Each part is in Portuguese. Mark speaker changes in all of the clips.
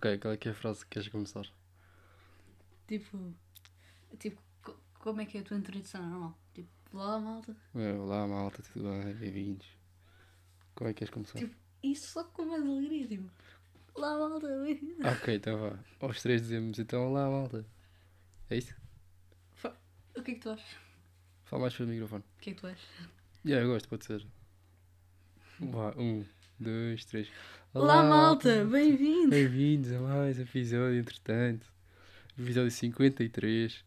Speaker 1: qual é que é a frase que queres começar?
Speaker 2: Tipo, tipo, co- como é que é a tua introdução normal? Tipo, lá malta.
Speaker 1: É, Olá, malta, tudo bem? Bem-vindos. Qual é que queres começar?
Speaker 2: Tipo, isso só com mais alegria, tipo. Lá malta.
Speaker 1: Ah, Ok, então vá. Aos três dizemos então olá, malta. É isso?
Speaker 2: O que é que tu achas?
Speaker 1: Fala mais para o microfone.
Speaker 2: O que é que tu achas?
Speaker 1: Yeah, eu gosto, pode ser. Vá, um, dois, três.
Speaker 2: Olá, malta, bem-vindo!
Speaker 1: Bem-vindos a mais um episódio, entretanto. Episódio 53.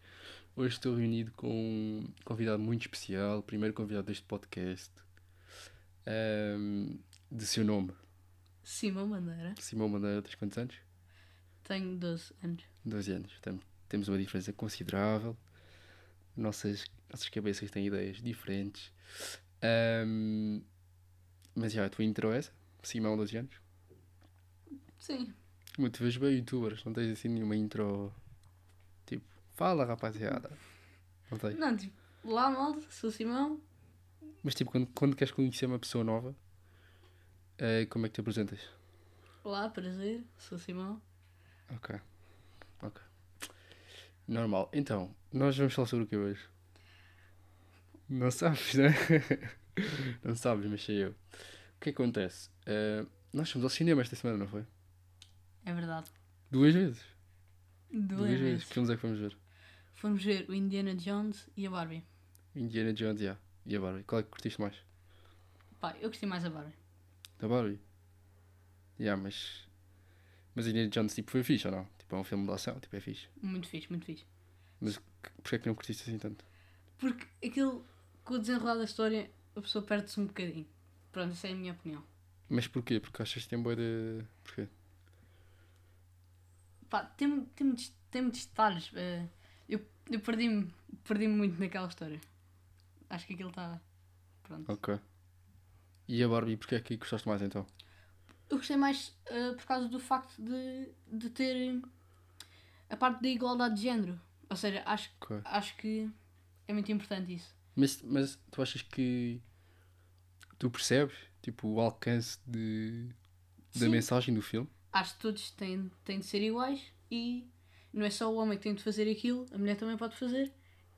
Speaker 1: Hoje estou reunido com um convidado muito especial, primeiro convidado deste podcast. Ahm, de seu nome,
Speaker 2: Simão Bandeira,
Speaker 1: Simão Madeira, tens quantos anos?
Speaker 2: tenho 12 anos.
Speaker 1: 12 anos. Tem- Temos uma diferença considerável. Nossas, nossas cabeças têm ideias diferentes. Ahm, mas já, a tua intro é essa? Simão, 12 anos.
Speaker 2: Sim,
Speaker 1: Como tu vês bem youtubers, não tens assim nenhuma intro tipo, fala rapaziada. Não tens.
Speaker 2: não, tipo, lá malta, sou Simão.
Speaker 1: Mas tipo, quando, quando queres conhecer uma pessoa nova, eh, como é que te apresentas?
Speaker 2: Olá, prazer, sou Simão.
Speaker 1: Ok. Ok. Normal. Então, nós vamos falar sobre o que hoje? Não sabes, né? não sabes, mas sei eu. O que é que acontece? Eh, nós fomos ao cinema esta semana, não foi?
Speaker 2: É verdade.
Speaker 1: Duas vezes.
Speaker 2: Duas,
Speaker 1: Duas vezes.
Speaker 2: vezes.
Speaker 1: Que filmes é que fomos ver?
Speaker 2: Fomos ver o Indiana Jones e a Barbie.
Speaker 1: Indiana Jones yeah. e a Barbie. Qual é que curtiste mais?
Speaker 2: Pá, eu gostei mais da Barbie.
Speaker 1: Da Barbie? Yeah, mas... Mas Indiana Jones tipo, foi fixe ou não? Tipo, é um filme de ação, tipo, é fixe.
Speaker 2: Muito fixe, muito fixe.
Speaker 1: Mas porquê é que não curtiste assim tanto?
Speaker 2: Porque aquilo, com o desenrolar da história, a pessoa perde-se um bocadinho. Pronto, essa é a minha opinião.
Speaker 1: Mas porquê? Porque achas que tem boa de... Porquê?
Speaker 2: Pá, tem, tem, muitos, tem muitos detalhes. eh, eu eu perdi-me perdi muito naquela história. Acho que aquilo está. Pronto.
Speaker 1: Ok. E a Barbie, porque é que gostaste mais então?
Speaker 2: Eu gostei mais eh, por causa do facto de, de ter a parte da igualdade de género. Ou seja, acho,
Speaker 1: Ok.
Speaker 2: acho que é muito importante isso.
Speaker 1: Mas, mas tu achas que tu percebes tipo, o alcance de, da
Speaker 2: Sim.
Speaker 1: mensagem do filme?
Speaker 2: Acho que todos têm, têm de ser iguais e não é só o homem que tem de fazer aquilo, a mulher também pode fazer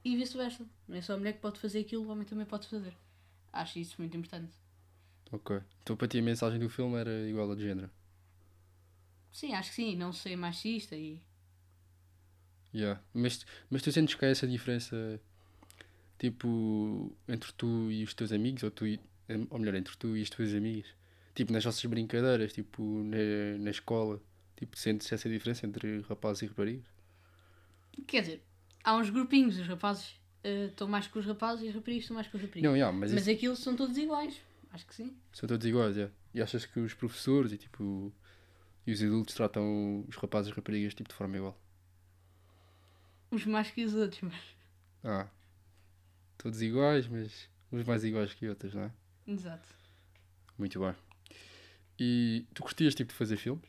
Speaker 2: e vice-versa. Não é só a mulher que pode fazer aquilo, o homem também pode fazer. Acho isso muito importante.
Speaker 1: Ok. Então para ti a mensagem do filme era igual a de género.
Speaker 2: Sim, acho que sim, não ser machista e.
Speaker 1: Yeah. Mas, mas tu sentes que há essa diferença tipo entre tu e os teus amigos, ou, tu e, ou melhor, entre tu e as tuas amigas? Tipo, nas nossas brincadeiras, tipo, na, na escola, tipo, sentes essa diferença entre rapazes e raparigas?
Speaker 2: Quer dizer, há uns grupinhos, os rapazes eh, estão mais com os rapazes e as raparigas estão mais com os raparigas.
Speaker 1: Não, yeah, mas,
Speaker 2: mas
Speaker 1: isso-
Speaker 2: aquilo são todos iguais, acho que sim.
Speaker 1: São todos iguais, é. E achas que os professores e tipo. E os adultos tratam os rapazes e raparigas tipo de forma igual?
Speaker 2: Uns mais que os outros, mas.
Speaker 1: Ah. Todos iguais, mas uns mais iguais que outros, não é?
Speaker 2: Exato.
Speaker 1: Muito bem. E tu curtias tipo de fazer filmes?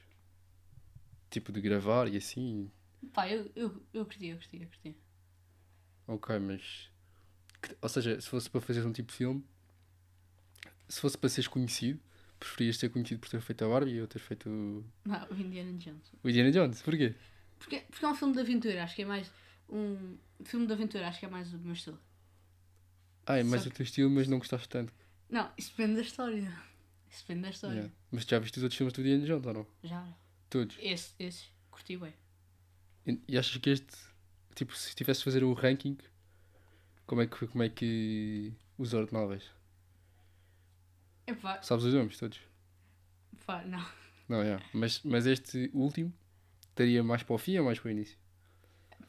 Speaker 1: Tipo de gravar e assim?
Speaker 2: Pá, eu, eu, eu curti, eu curti, eu curti.
Speaker 1: Ok, mas. que- Ou seja, se fosse para fazer um tipo de filme, se fosse para seres conhecido, preferias ser conhecido por ter feito a Barbie ou ter feito o
Speaker 2: Não, o Indiana Jones.
Speaker 1: Indiana Jones? Porquê?
Speaker 2: Porque, porque é um filme de aventura, acho que é mais. Um filme de aventura, acho que é mais o meu estilo.
Speaker 1: Ah, é mais
Speaker 2: Só
Speaker 1: o teu estilo, mas não gostaste tanto.
Speaker 2: Não, isso depende da história. Isso depende da história.
Speaker 1: Yeah. Mas já viste os outros filmes do Indiana Jones ou não?
Speaker 2: Já.
Speaker 1: Todos.
Speaker 2: Esse, esse, curti bem.
Speaker 1: E, e achas que este, tipo, se tivesse de fazer o ranking, como é que, como é que os ordenáveis?
Speaker 2: Epá,
Speaker 1: Sabes os nomes todos?
Speaker 2: pá, não.
Speaker 1: Não, yeah. mas, mas este último estaria mais para o fim ou mais para o início?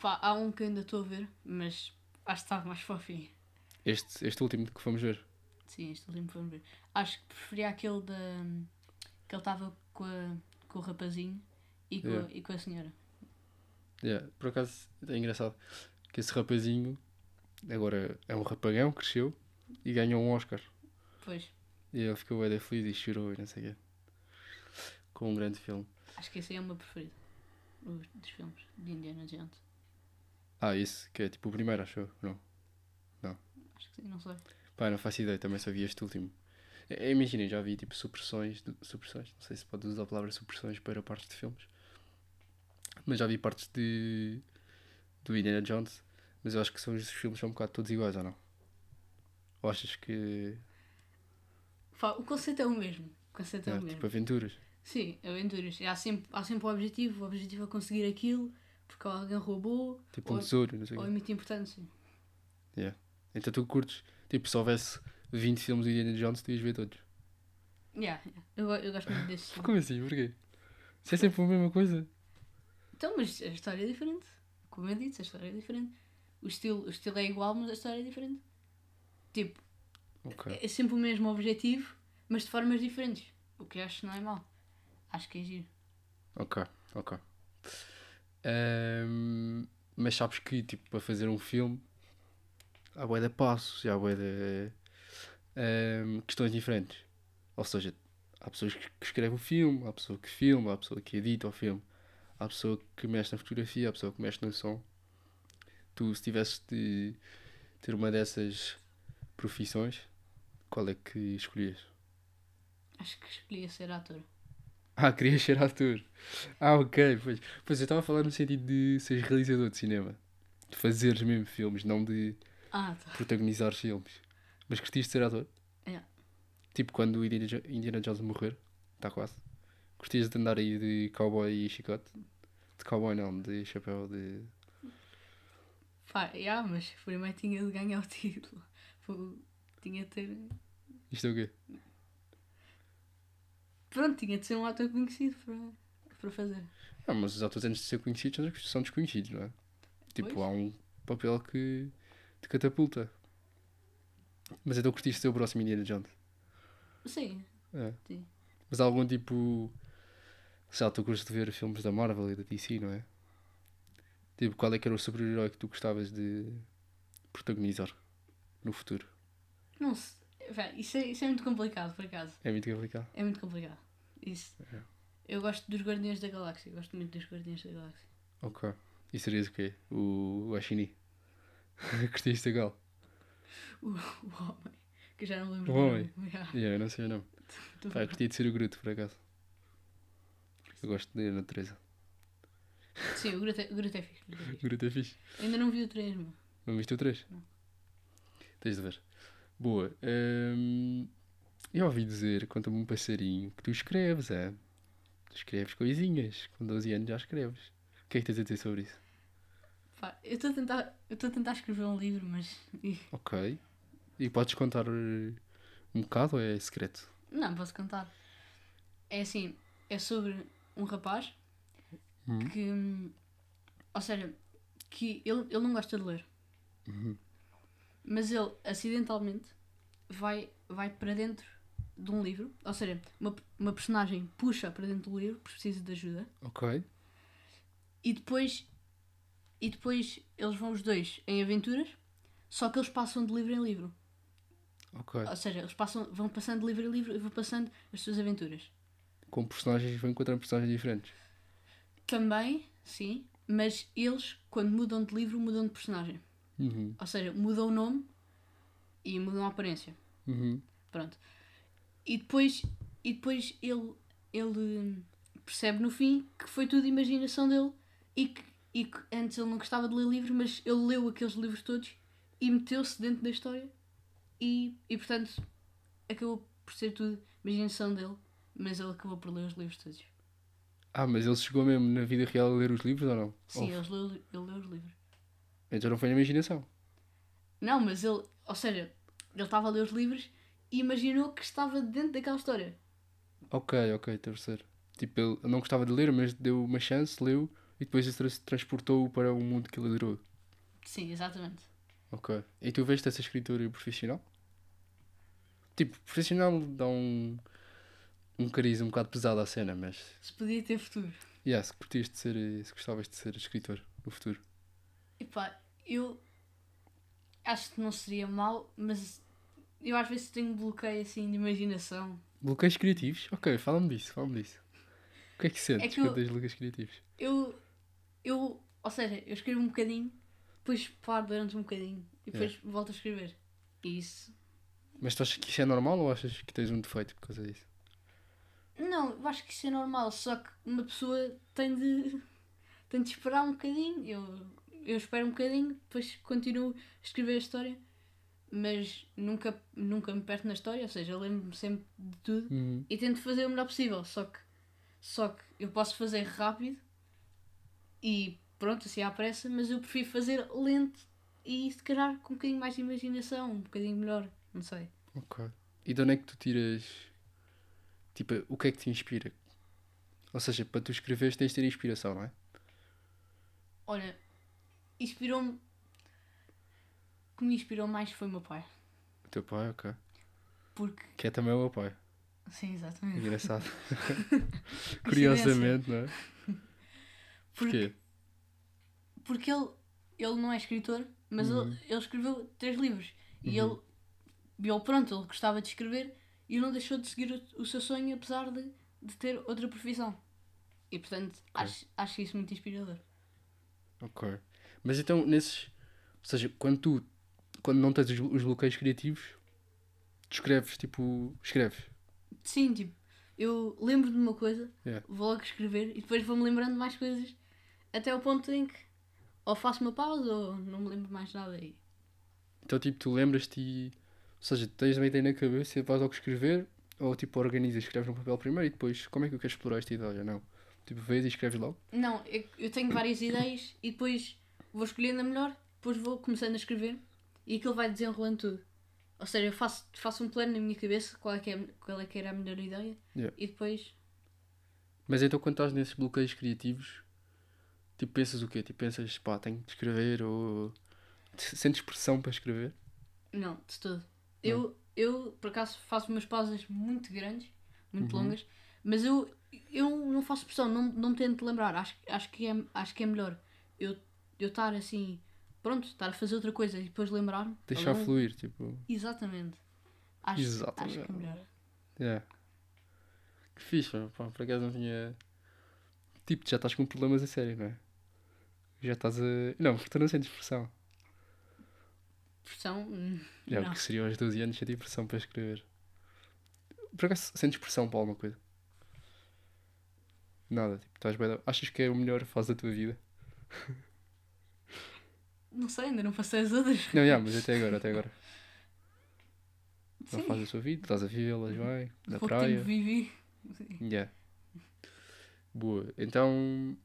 Speaker 2: Pá, há um que ainda estou a ver, mas acho que estava mais fofinho.
Speaker 1: Este, este último que fomos ver.
Speaker 2: Sim, este último foi ver. Acho que preferia aquele da. que ele estava com, a- com o rapazinho e com, a-
Speaker 1: Yeah.
Speaker 2: e com a senhora.
Speaker 1: Yeah. Por acaso é engraçado que esse rapazinho agora é um rapagão, cresceu e ganhou um Oscar.
Speaker 2: Pois,
Speaker 1: E ele ficou bem feliz e chorou e não sei o quê. Com um grande filme.
Speaker 2: acho que esse é o meu preferido. Os, dos filmes de Indiana Jones.
Speaker 1: Ah, esse que é tipo o primeiro, acho eu. Não.
Speaker 2: Acho que sim, não sei.
Speaker 1: Pá, não faço ideia, também só vi este último. Eh, Imaginem, já vi tipo supressões, de- supressões, não sei se pode usar a palavra supressões para partes de filmes. mas já vi partes de do Indiana Jones, mas eu acho que são os filmes são um bocado todos iguais ou não? Ou achas que
Speaker 2: Fa- O conceito é o mesmo. O conceito é,
Speaker 1: é,
Speaker 2: o mesmo.
Speaker 1: tipo aventuras?
Speaker 2: Sim, aventuras. E Há sempre, há sempre um objetivo. O objetivo é conseguir aquilo porque alguém roubou
Speaker 1: Tipo um
Speaker 2: Ou-
Speaker 1: tesouro, não sei o
Speaker 2: ou é
Speaker 1: quê.
Speaker 2: muito importante. sim.
Speaker 1: Então tu curtes, tipo, se houvesse 20 filmes do Indiana Jones, tu ias ver todos.
Speaker 2: Yeah, yeah. Eu, go- eu gosto muito desse filme.
Speaker 1: Como assim? Porquê? Se é sempre a mesma coisa.
Speaker 2: Então, mas a história é diferente. Como eu disse, a história é diferente. O estilo, o estilo é igual, mas a história é diferente. Tipo,
Speaker 1: Ok.
Speaker 2: é sempre o mesmo objetivo, mas de formas diferentes. O que eu acho que não é mau. Acho que é giro.
Speaker 1: Ok, ok. Ahm, mas sabes que, tipo, para fazer um filme, há bué de passos e há bué de ahm, questões diferentes. Ou seja, há pessoas que que escrevem o filme, há pessoa que filma, há pessoa que edita o filme, há pessoa que mexe na fotografia, há pessoa que mexe no som. Tu, se tivesses de ter uma dessas profissões, qual é que escolhias?
Speaker 2: Acho que escolhi ser ator.
Speaker 1: Ah, querias ser ator. Ah, ok, pois. Pois eu estava a falar no sentido de seres realizador de cinema. De fazeres mesmo filmes, não de
Speaker 2: Ah, tá.
Speaker 1: protagonizar filmes. Mas curtiste ser ator?
Speaker 2: Yeah.
Speaker 1: Tipo quando o Indiana, Jo- Indiana Jones morrer, está quase. Curtias de andar aí de cowboy e chicote? De cowboy não, de chapéu de.
Speaker 2: Pá, yeah, mas primeiro tinha de ganhar o título. Pô, Tinha de ter.
Speaker 1: Isto é o quê?
Speaker 2: Pronto, tinha de ser um ator conhecido para, para fazer.
Speaker 1: Ah, mas os atores antes de ser conhecidos são des- são desconhecidos, não é? Tipo,
Speaker 2: Pois.
Speaker 1: há um papel que te catapulta. Mas então curtiste ser o próximo Indiana Jones?
Speaker 2: Sim,
Speaker 1: É.
Speaker 2: Sim.
Speaker 1: Mas há algum tipo. Sei lá, tu gostas de ver filmes da Marvel e da DC, não é? Tipo, qual é que era o super-herói que tu gostavas de protagonizar no futuro?
Speaker 2: não sei. Vé, Isso é, isso é muito complicado, por acaso.
Speaker 1: É muito complicado.
Speaker 2: É muito complicado. Isso.
Speaker 1: É.
Speaker 2: Eu gosto dos Guardiões da Galáxia. eu Gosto muito dos Guardiões da Galáxia.
Speaker 1: Ok. E serias o quê? O, o Ashini? Curtiste igual?
Speaker 2: O, o homem. Que eu já não lembro
Speaker 1: O
Speaker 2: do
Speaker 1: homem.
Speaker 2: nome, yeah.
Speaker 1: Yeah, eu não sei o nome.
Speaker 2: Tô-
Speaker 1: Pá, eu curtia de ser o Gruto, por acaso. Eu gosto da natureza.
Speaker 2: Sim, o Groot é, o Groot é fixe. o Groot é fixe.
Speaker 1: O Gruto é fixe.
Speaker 2: Ainda não vi o 3, meu.
Speaker 1: Não viste o 3?
Speaker 2: Não.
Speaker 1: Tens de ver. Boa. hum, eu ouvi dizer, conta-me um passarinho, que tu escreves, é? Tu escreves coisinhas. Com 12 anos já escreves. O que é que tens a dizer sobre isso?
Speaker 2: Pá, eu estou a tentar. Eu estou a tentar escrever um livro, mas. ih,
Speaker 1: Ok. E podes contar eh, um bocado ou é secreto?
Speaker 2: Não, posso cantar. É assim, é sobre um rapaz
Speaker 1: Uhum.
Speaker 2: que. hum, Ou seja, que ele, ele não gosta de ler. Mas ele, acidentalmente, vai, vai para dentro de um livro. Ou seja, uma, uma personagem puxa para dentro do livro, precisa de ajuda.
Speaker 1: Ok.
Speaker 2: E depois. E depois eles vão os dois em aventuras, só que eles passam de livro em livro.
Speaker 1: Ok.
Speaker 2: Ou seja, eles passam, vão passando de livro em livro e vão passando as suas aventuras.
Speaker 1: Com personagens, vão encontrar personagens diferentes.
Speaker 2: Também, sim, mas eles, quando mudam de livro, mudam de personagem.
Speaker 1: Uhum.
Speaker 2: Ou seja, mudam o nome e mudam a aparência.
Speaker 1: Uhum.
Speaker 2: Pronto. E depois, e depois ele, ele hum, percebe no fim que foi tudo imaginação dele e que, e que antes ele não gostava de ler livros, mas ele leu aqueles livros todos e meteu-se dentro da história e, e portanto acabou por ser tudo imaginação dele, mas ele acabou por ler os livros todos.
Speaker 1: Ah, mas ele chegou mesmo na vida real a ler os livros ou não?
Speaker 2: Sim,
Speaker 1: Ou-
Speaker 2: eles leu, ele leu os livros.
Speaker 1: Então não foi na imaginação.
Speaker 2: Não, mas ele, ou seja, ele estava a ler os livros e imaginou que estava dentro daquela história.
Speaker 1: Ok, ok, terceiro. Tipo, ele não gostava de ler, mas deu uma chance, leu e depois isso trans- transportou-o para um mundo que ele adorou.
Speaker 2: Sim, exatamente.
Speaker 1: Ok. E tu veste essa escritura profissional? Tipo, profissional dá um, um cariz um bocado pesado à cena, mas.
Speaker 2: Se podia ter futuro.
Speaker 1: Yeah, se curtias de ser. eh, Se gostavas de ser escritor no futuro.
Speaker 2: Epá, eu acho que não seria mau, mas eu às vezes tenho bloqueio assim de imaginação.
Speaker 1: Bloqueios criativos? Ok, fala-me disso, fala-me disso. O que é que sentes
Speaker 2: que eu-
Speaker 1: quando tens bloqueios criativos?
Speaker 2: Eu, eu, ou seja, eu escrevo um bocadinho, depois paro durante um bocadinho e depois volto a escrever. E isso.
Speaker 1: Mas tu achas que isso é normal ou achas que tens um defeito por causa disso?
Speaker 2: Não, eu acho que isso é normal, só que uma pessoa tem de. Tenho de esperar um bocadinho. Eu, eu espero um bocadinho, depois continuo a escrever a história. Mas nunca, nunca me perco na história, ou seja, lembro-me sempre de tudo
Speaker 1: Uhum.
Speaker 2: e tento fazer o melhor possível. Só que, só que eu posso fazer rápido e pronto, assim à pressa, mas eu prefiro fazer lento e se calhar com um bocadinho mais de imaginação, um bocadinho melhor, não sei.
Speaker 1: Ok. E de onde é que tu tiras. Tipo, o que é que te inspira? Ou seja, para tu escreveres tens de ter inspiração, não é?
Speaker 2: Olha, inspirou-me. O que me inspirou mais foi o meu pai.
Speaker 1: O teu pai, ok.
Speaker 2: Porque.
Speaker 1: Que é também o meu pai.
Speaker 2: Sim, exatamente.
Speaker 1: Engraçado. Curiosamente, não é?
Speaker 2: Porque,
Speaker 1: Porquê?
Speaker 2: porque ele, ele não é escritor, mas
Speaker 1: Uhum.
Speaker 2: ele, ele escreveu três livros. E
Speaker 1: Uhum.
Speaker 2: ele. E ele, pronto, ele gostava de escrever e não deixou de seguir o, o seu sonho, apesar de, de ter outra profissão. E portanto, acho, acho isso muito inspirador.
Speaker 1: Ok. Mas então, nesses. Ou seja, quando tu. Quando não tens os os bloqueios criativos, tu escreves, tipo. Escreves.
Speaker 2: Sim, tipo, eu lembro de uma coisa,
Speaker 1: Yeah.
Speaker 2: vou logo escrever e depois vou-me lembrando de mais coisas até o ponto em que ou faço uma pausa ou não me lembro mais nada aí.
Speaker 1: Então, tipo, tu lembras-te e. Ou seja, tens uma ideia na cabeça e vais logo escrever, ou tipo, organizas, escreves no papel primeiro e depois, como é que eu quero explorar esta ideia? Não. Tipo, vês e escreves logo.
Speaker 2: Não, eu, eu tenho várias ideias e depois vou escolhendo a melhor, depois vou começando a escrever e aquilo vai desenrolando tudo. Ou seja, eu faço, faço um plano na minha cabeça qual é que, é, qual é que era a melhor ideia
Speaker 1: Yeah.
Speaker 2: e depois
Speaker 1: Mas então, quando estás nesses bloqueios criativos, tipo, pensas o quê? Tipo, pensas, pá, tenho de escrever ou. Sentes pressão para escrever?
Speaker 2: Não, de todo. Eu, eu, por acaso, faço umas pausas muito grandes, muito
Speaker 1: Uhum.
Speaker 2: longas, mas eu, eu não faço pressão, não, não me tento lembrar. Acho, acho, que é, acho que é melhor eu eu estar assim, pronto, estar a fazer outra coisa e depois lembrar-me.
Speaker 1: Deixar
Speaker 2: Lembro-
Speaker 1: fluir, tipo.
Speaker 2: Exatamente. Acho, acho
Speaker 1: Exatamente.
Speaker 2: que é melhor.
Speaker 1: Yeah. Que fixe, mano. pá, por acaso não tinha. Tipo, já estás com problemas a sério, não é? Já estás a. Não, porque tu não sentes pressão.
Speaker 2: Pressão? hum,
Speaker 1: É o
Speaker 2: Não.
Speaker 1: que seria aos 12 anos sentir pressão para escrever. Por acaso sentes pressão para alguma coisa? Nada, tipo, estás bem. da- Achas que é a melhor fase da tua vida?
Speaker 2: Não sei, ainda não passei as outras.
Speaker 1: Não, já, mas até agora, até agora. Não
Speaker 2: Sim,
Speaker 1: faz a sua vida, estás a vivê-las bem, na
Speaker 2: pouco
Speaker 1: praia.
Speaker 2: tempo vivi.
Speaker 1: Yeah. Boa. Então,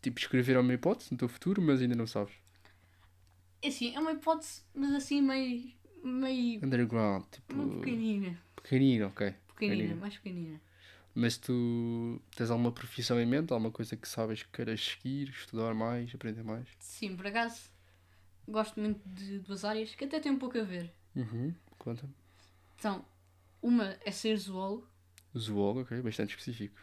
Speaker 1: tipo, escrever é uma hipótese no teu futuro, mas ainda não sabes.
Speaker 2: É Assim, é uma hipótese, mas assim meio, meio,
Speaker 1: Underground, tipo.
Speaker 2: muito pequenina.
Speaker 1: Pequenino, ok.
Speaker 2: Pequenina,
Speaker 1: Pequenina.
Speaker 2: mais pequenina.
Speaker 1: Mas tu tens alguma profissão em mente, alguma coisa que sabes que queiras seguir, estudar mais, aprender mais?
Speaker 2: Sim, por acaso gosto muito de duas áreas que até têm um pouco a ver.
Speaker 1: Uhum. Conta-me.
Speaker 2: Então, uma é ser zoólogo,
Speaker 1: Zoólogo, ok, bastante específico.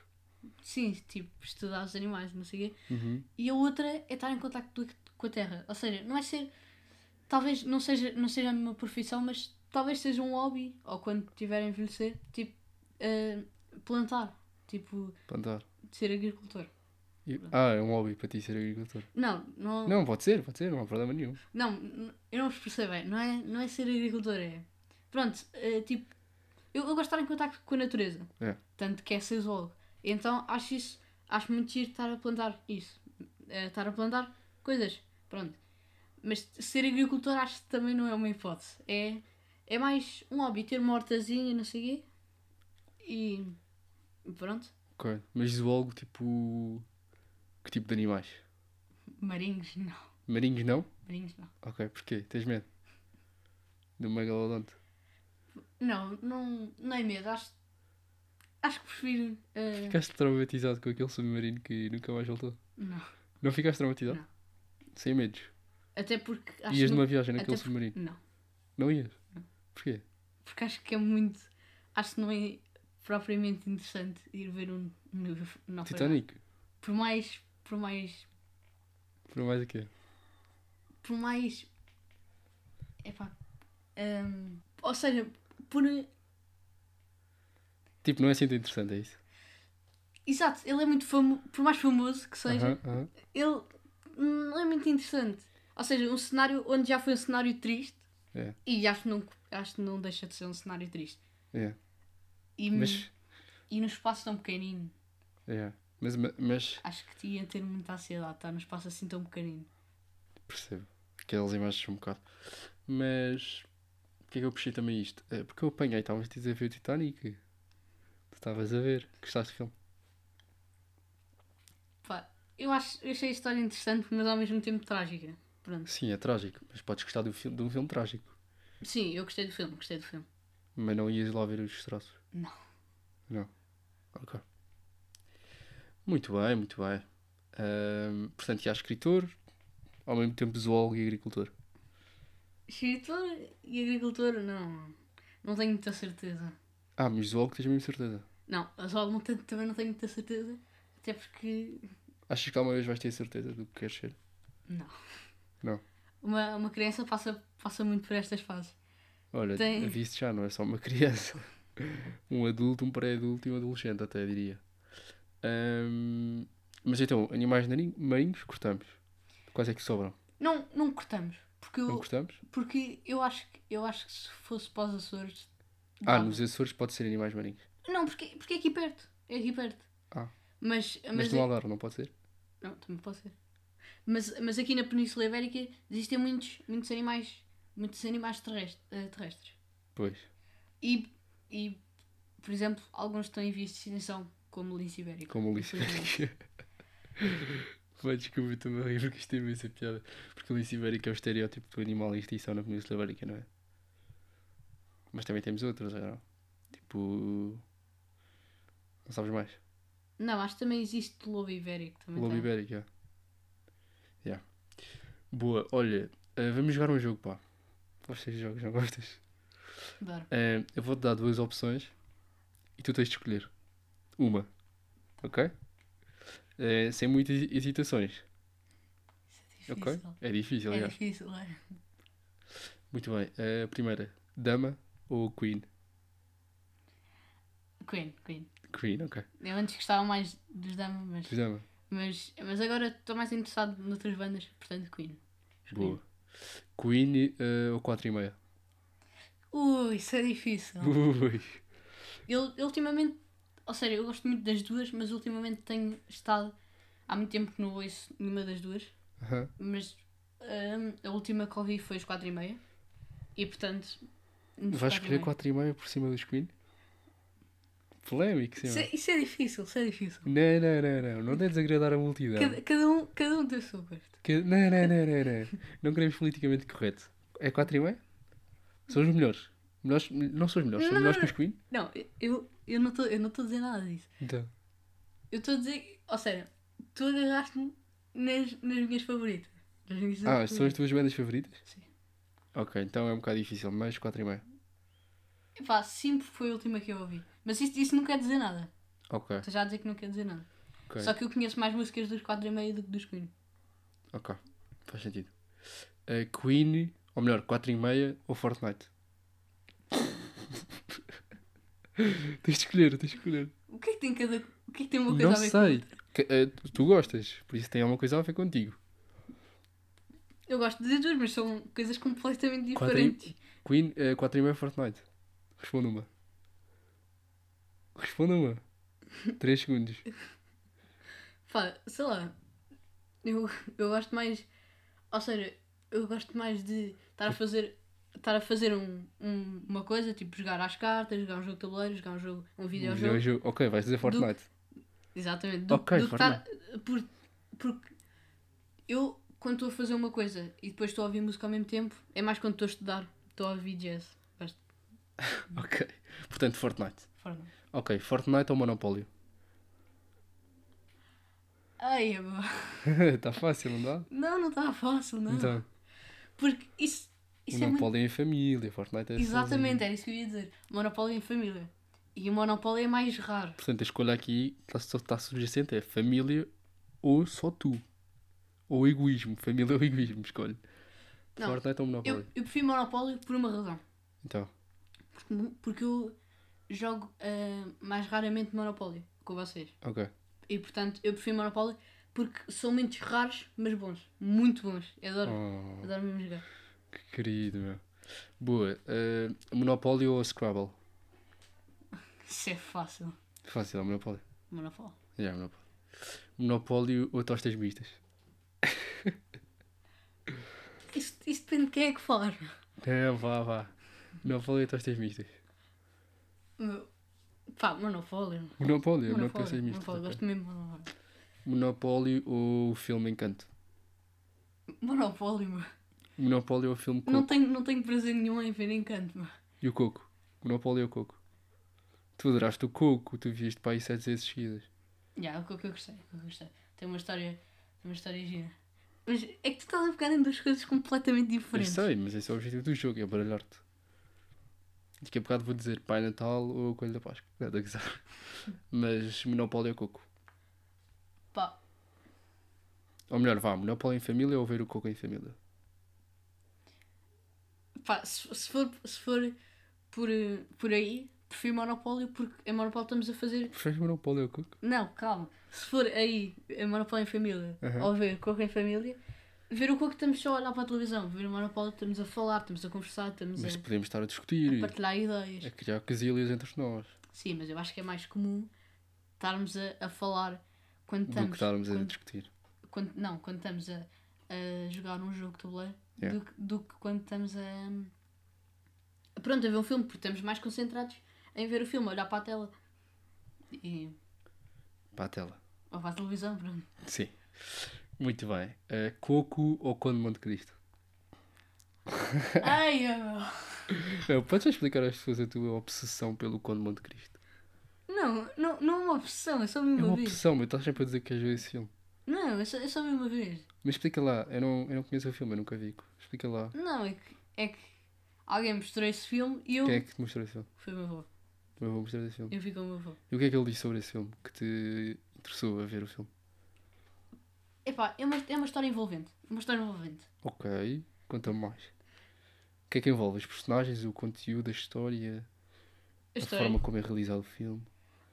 Speaker 2: sim, tipo estudar os animais, não sei o quê,
Speaker 1: Uhum.
Speaker 2: e a outra é estar em contacto com a terra. Ou seja, não é ser. Talvez não seja, não seja a minha profissão, mas talvez seja um hobby, ou quando tiver a envelhecer, tipo, eh, plantar, tipo,
Speaker 1: Plantar.
Speaker 2: ser agricultor.
Speaker 1: E- Ah, é um hobby para ti ser agricultor.
Speaker 2: Não, não, não.
Speaker 1: Não, pode ser, pode ser, não há problema nenhum.
Speaker 2: n- eu não vos percebo, não é, não é ser agricultor, é. Pronto, eh, tipo, eu, eu gosto de estar em contacto com a natureza.
Speaker 1: É.
Speaker 2: tanto que é ser zoólogo. Então acho isso, acho muito giro estar a plantar isso, Eh, estar a plantar coisas, pronto. Mas ser agricultor acho que também não é uma hipótese, é, é mais um hobby, ter uma hortazinha, não sei o quê, e pronto,
Speaker 1: Ok. Mas zoólogo, tipo. Que tipo de animais?
Speaker 2: marinhos não,
Speaker 1: Marinhos não?
Speaker 2: marinhos não.
Speaker 1: Ok, porquê? Tens medo? Do megalodonte?
Speaker 2: Não, não, não é medo, acho, acho que prefiro, eh,
Speaker 1: Ficaste traumatizado com aquele submarino que nunca mais voltou?
Speaker 2: não,
Speaker 1: Não ficaste traumatizado?
Speaker 2: Não.
Speaker 1: Sem medos?
Speaker 2: até porque acho
Speaker 1: Ias
Speaker 2: que
Speaker 1: numa viagem naquele
Speaker 2: até
Speaker 1: submarino?
Speaker 2: não,
Speaker 1: Não ias? Porquê?
Speaker 2: porque acho que é muito. Acho que não é propriamente interessante ir ver um navio naufragar.
Speaker 1: Titanic?
Speaker 2: Por mais. Por mais.
Speaker 1: Por mais o quê?
Speaker 2: Por mais. Epá. hum, ou seja, por.
Speaker 1: Tipo, não é assim tão interessante, é isso?
Speaker 2: Exato, ele é muito famoso. Por mais famoso que seja,
Speaker 1: Aham, aham.
Speaker 2: ele não é muito interessante. Ou seja, um cenário onde já foi um cenário triste
Speaker 1: É.
Speaker 2: e acho que, não, acho que não deixa de ser um cenário triste.
Speaker 1: É.
Speaker 2: E,
Speaker 1: Mas.
Speaker 2: e num espaço tão pequenino.
Speaker 1: É. Mas, ma- mas
Speaker 2: Acho que te ia ter muita ansiedade estar num espaço assim tão pequenino.
Speaker 1: percebo. Aquelas imagens são um bocado. Mas porque é que eu puxei também isto? É, porque eu apanhei, estavas a ver o Titanic. Tu estavas a ver. Gostaste do filme?
Speaker 2: Pá, eu, acho, eu achei a história interessante, mas ao mesmo tempo trágica. Pronto.
Speaker 1: Sim, é trágico. Mas podes gostar do filme, de um filme trágico.
Speaker 2: Sim, eu gostei do filme, gostei do filme.
Speaker 1: Mas não ias lá ver os destroços.
Speaker 2: Não.
Speaker 1: Não. Ok. Muito bem, muito bem. Ahm, portanto, já escritor, ao mesmo tempo zoólogo e agricultor.
Speaker 2: Escritor e agricultor, não. Não tenho muita certeza.
Speaker 1: Ah, mas zoólogo tens mesmo certeza.
Speaker 2: Não, a Zol não tenho- também não tenho muita certeza. Até porque.
Speaker 1: Achas que alguma vez vais ter certeza do que queres ser?
Speaker 2: Não.
Speaker 1: Não.
Speaker 2: Uma, uma criança passa, passa muito por estas fases.
Speaker 1: Olha,
Speaker 2: Tem.
Speaker 1: aviso já, não é só uma criança. um adulto, um pré-adulto e um adolescente, até diria. Ahm, mas então, animais nari- marinhos, cortamos. Quais é que sobram?
Speaker 2: Não, não cortamos. Porque
Speaker 1: Não
Speaker 2: eu,
Speaker 1: cortamos?
Speaker 2: porque eu, acho, que, eu acho que se fosse para os Açores.
Speaker 1: Ah,
Speaker 2: dava.
Speaker 1: nos Açores pode ser animais marinhos.
Speaker 2: Não, porque, porque é aqui perto. É aqui perto.
Speaker 1: Ah.
Speaker 2: Mas,
Speaker 1: Mas,
Speaker 2: mas, é
Speaker 1: no Algarve não pode ser?
Speaker 2: Não, também pode ser. Mas, mas aqui na Península Ibérica existem muitos, muitos animais, muitos animais terrestres, terrestres.
Speaker 1: Pois.
Speaker 2: E, e, por exemplo, alguns estão em vias de extinção, como o lince ibérico.
Speaker 1: Como o lince
Speaker 2: Infelizmente.
Speaker 1: ibérico. Vai descobrir também a rir porque isto tem imensa piada. Porque o lince ibérico é o estereótipo do animal em extinção na Península Ibérica, não é? Mas também temos outros, ou não? Tipo. Não sabes mais?
Speaker 2: Não, acho que também existe o lobo ibérico. Também
Speaker 1: Lobo
Speaker 2: tem.
Speaker 1: ibérico, já. Já. Boa, olha, eh, vamos jogar um jogo, pá. Gostas de jogos, não gostas?
Speaker 2: Adoro.
Speaker 1: Eh, eu vou-te dar duas opções e tu tens de escolher uma, ok? Eh, sem muitas hesitações.
Speaker 2: Isso é
Speaker 1: Ok,
Speaker 2: difícil.
Speaker 1: é difícil,
Speaker 2: É
Speaker 1: aliás.
Speaker 2: difícil, é.
Speaker 1: Muito bem. Eh, A primeira, Dama ou Queen?
Speaker 2: Queen, Queen.
Speaker 1: Queen, ok.
Speaker 2: Eu antes gostava mais dos damas, mas,
Speaker 1: Tu Dama.
Speaker 2: mas, mas agora estou mais interessado noutras bandas, portanto, Queen.
Speaker 1: Boa. Queen eh, ou 4 e meia?
Speaker 2: Ui, isso é difícil.
Speaker 1: Ui.
Speaker 2: Eu, eu ultimamente, ou seja, eu gosto muito das duas, mas ultimamente tenho estado. Há muito tempo que não ouço nenhuma das duas,
Speaker 1: Aham.
Speaker 2: mas hum, a última que ouvi foi os 4 e meia. E portanto. nos quatro
Speaker 1: Vais
Speaker 2: e
Speaker 1: escolher
Speaker 2: meia.
Speaker 1: 4 e meia por cima dos Queen? Polémico, sim.
Speaker 2: Isso, é- isso é difícil, isso é difícil.
Speaker 1: Não, não, não, não. Não deves agradar a multidão.
Speaker 2: Cada, cada um, cada um tem o seu gosto.
Speaker 1: Que- Não, não, não, não, não. Não queremos politicamente correto. É 4 e meia? São os melhores. melhores. Não são os melhores, são
Speaker 2: Não, não,
Speaker 1: melhores que
Speaker 2: não.
Speaker 1: os Queen?
Speaker 2: Não, eu, eu não estou eu não estou a dizer nada disso.
Speaker 1: Então.
Speaker 2: Eu estou a dizer. Ou seja, tu agarraste-me nas, nas minhas favoritas. Nas minhas
Speaker 1: Ah, são as
Speaker 2: favoritas.
Speaker 1: tuas bandas favoritas?
Speaker 2: Sim.
Speaker 1: Ok, então é um bocado difícil, mas 4 e meia.
Speaker 2: Epá, sempre foi a última que eu ouvi. Mas isso, isso não quer dizer nada.
Speaker 1: Ok,
Speaker 2: Estou já a dizer que não quer dizer nada.
Speaker 1: ok.
Speaker 2: Só que eu conheço mais músicas dos 4 e meio do que dos Queen.
Speaker 1: Ok, faz sentido. Eh, Queen, ou melhor, 4 e meia ou Fortnite? tens de escolher, tens de escolher.
Speaker 2: O que é que tem cada. O que é que tem uma coisa
Speaker 1: Não
Speaker 2: a ver
Speaker 1: sei.
Speaker 2: com a outra?
Speaker 1: Que- eh, tu- tu gostas, por isso tem alguma coisa a ver contigo.
Speaker 2: Eu gosto das duas, mas são coisas completamente
Speaker 1: Quatro e-
Speaker 2: diferentes.
Speaker 1: Queen, eh, 4 e meia ou Fortnite? Responda uma. Responda uma. 3 segundos.
Speaker 2: Pá, sei lá. Eu, eu gosto mais. Ou seja, eu gosto mais de estar a fazer. Estar a fazer um, um- uma coisa, tipo jogar às cartas, jogar um jogo de tabuleiro, jogar um jogo, um videojogo.
Speaker 1: Videojogo. Ok, vais dizer Fortnite.
Speaker 2: Exatamente. Do,
Speaker 1: Ok,
Speaker 2: do que estar. Por, porque eu, quando estou a fazer uma coisa e depois estou a ouvir música ao mesmo tempo, é mais quando estou a estudar, estou a ouvir jazz. Gosto.
Speaker 1: Ok. Portanto, Fortnite.
Speaker 2: Fora.
Speaker 1: Ok, Fortnite ou Monopólio?
Speaker 2: Ai, é bom.
Speaker 1: Está Tá fácil, não dá?
Speaker 2: Não, não está fácil, não.
Speaker 1: Então.
Speaker 2: Porque isso, Ah, isso é muito.
Speaker 1: Monopólio em família, Fortnite é sozinho.
Speaker 2: Exatamente, era isso que eu ia dizer. Monopólio em família. E o monopólio é mais raro.
Speaker 1: Portanto, a escolha aqui está tá subjacente é família ou só tu. Ou egoísmo. Família ou egoísmo, escolhe.
Speaker 2: Não,
Speaker 1: Fortnite ou
Speaker 2: Eu,
Speaker 1: Monopólio?
Speaker 2: eu prefiro monopólio por uma razão.
Speaker 1: Então,
Speaker 2: Porque, porque eu jogo ah, mais raramente monopólio com vocês.
Speaker 1: ok.
Speaker 2: E portanto, eu prefiro monopólio porque são momentos raros, mas bons. Muito bons. Eu adoro.
Speaker 1: Oh,
Speaker 2: Adoro mesmo jogar.
Speaker 1: que querido, meu. Boa. eh, monopólio ou Scrabble?
Speaker 2: Isso é fácil.
Speaker 1: Fácil, é Monopólio.
Speaker 2: Monopólio.
Speaker 1: Já, é Monopólio. monopólio ou tostas mistas.
Speaker 2: Isso, isso depende de quem é que for.
Speaker 1: Não, É, vá, vá. Monopólio ou tostas mistas.
Speaker 2: Meu, Pá, monopólio.
Speaker 1: Monopólio, não
Speaker 2: Monopólio,
Speaker 1: pensei nisto.
Speaker 2: monopólio, gosto mesmo de monopólio.
Speaker 1: Monopólio ou o filme Encanto?
Speaker 2: Monopólio, meu.
Speaker 1: Monopólio ou o filme Coco?
Speaker 2: Não tenho, não tenho prazer nenhum em ver encanto, meu.
Speaker 1: E o Coco? Monopólio ou o Coco? Tu adoraste o Coco, tu viste para aí sete vezes seguidas.
Speaker 2: Já, é o que eu gostei, é o que eu gostei. Tem uma história, tem uma história gira. Mas é que tu estás a pegar em duas coisas completamente
Speaker 1: Eu
Speaker 2: diferentes.
Speaker 1: sei, mas esse é o objetivo do jogo, é baralhar-te. Daqui a bocado vou dizer Pai Natal ou Coelho da Páscoa. Nada a gozar. Mas Monopólio ou Coco?
Speaker 2: Pá,
Speaker 1: Ou melhor, vá, Monopólio em família ou ver o Coco em família?
Speaker 2: pá, se, se for, se for por, eh, por aí, prefiro monopólio porque em monopólio estamos a fazer.
Speaker 1: Preferes Monopólio ou Coco?
Speaker 2: Não, calma. Se for aí, em monopólio em família,
Speaker 1: Aham.
Speaker 2: ou ver coco em família, ver o coco estamos só a olhar para a televisão. Ver o monopólio estamos a falar, estamos a conversar, estamos
Speaker 1: Mas
Speaker 2: a,
Speaker 1: podemos estar a
Speaker 2: a
Speaker 1: discutir, É
Speaker 2: partilhar ideias.
Speaker 1: a criar quesilhas entre nós.
Speaker 2: Sim, mas eu acho que é mais comum estarmos a, a falar quando
Speaker 1: Do que
Speaker 2: estamos.
Speaker 1: estarmos a
Speaker 2: quando-
Speaker 1: discutir.
Speaker 2: quando- não, quando estamos a, a jogar um jogo de tabuleiro
Speaker 1: Yeah.
Speaker 2: do, que- do que quando estamos a. Pronto, a ver um filme, porque estamos mais concentrados em ver o filme, olhar para a tela. E,
Speaker 1: Para a tela.
Speaker 2: ou para a televisão, pronto.
Speaker 1: Sim. Muito bem. Eh, Coco ou Conde de Monte Cristo?
Speaker 2: Ai, eu...
Speaker 1: Não, podes explicar às pessoas a tua obsessão pelo Conde de Monte Cristo?
Speaker 2: Não, não, não é uma obsessão, é só
Speaker 1: É
Speaker 2: mesmo uma
Speaker 1: uma
Speaker 2: vez.
Speaker 1: obsessão, mas estás sempre a dizer que queres ver esse filme.
Speaker 2: Não, é só, é só mesmo uma vez.
Speaker 1: Mas explica lá, eu não, eu não conheço o filme, eu nunca vi. Explica lá.
Speaker 2: Não, é que, é que alguém mostrou esse filme e eu.
Speaker 1: Quem é que te mostrou esse filme?
Speaker 2: Foi o meu avô.
Speaker 1: Eu vou mostrar esse filme.
Speaker 2: Eu vi com o meu avô.
Speaker 1: E o que é que ele disse sobre esse filme que te interessou a ver o filme?
Speaker 2: Epá, é uma, é uma história envolvente. Uma história envolvente.
Speaker 1: Ok, conta-me mais. O que é que envolve? Os personagens, o conteúdo, a história,
Speaker 2: A
Speaker 1: a
Speaker 2: história,
Speaker 1: forma como é realizado o filme?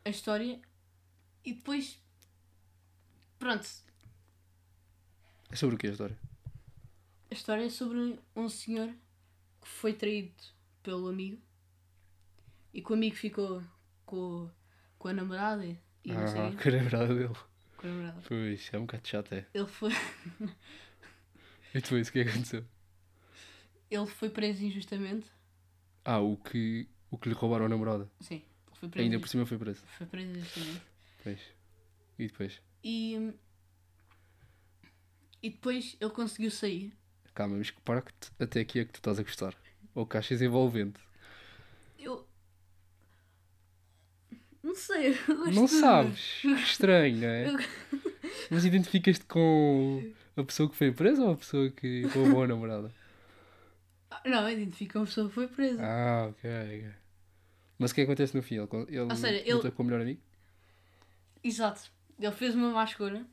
Speaker 2: a história. E depois. Pronto.
Speaker 1: É sobre o que a história?
Speaker 2: A história é sobre um senhor que foi traído pelo amigo. E que o amigo ficou com, com a namorada. E não sei.
Speaker 1: ah,
Speaker 2: o quê,
Speaker 1: que era verdade dele.
Speaker 2: Com a namorada.
Speaker 1: Pois, é um bocado chato, é.
Speaker 2: Ele foi,
Speaker 1: E depois, o que é que aconteceu?
Speaker 2: ele foi preso injustamente.
Speaker 1: Ah, o que, o que lhe roubaram a namorada.
Speaker 2: Sim. Ele foi preso,
Speaker 1: Ainda por cima foi preso.
Speaker 2: foi preso injustamente.
Speaker 1: Pois. E depois?
Speaker 2: E. E depois ele conseguiu sair.
Speaker 1: Calma, mas que parte até aqui é que tu estás a gostar? Ou que achas envolvente?
Speaker 2: Eu. Não sei, eu gosto
Speaker 1: não
Speaker 2: de-
Speaker 1: sabes. Que Estranho, não é?
Speaker 2: Eu-
Speaker 1: Mas identificas-te com a pessoa que foi presa ou a pessoa que roubou a namorada?
Speaker 2: Ah, Não, identifica uma pessoa que foi presa.
Speaker 1: Ah, ok, ok. Mas o que é que acontece no fim? Ele, con- ele
Speaker 2: Ou seja, ele-
Speaker 1: luta com o melhor amigo?
Speaker 2: Exato. Ele fez uma má escolha.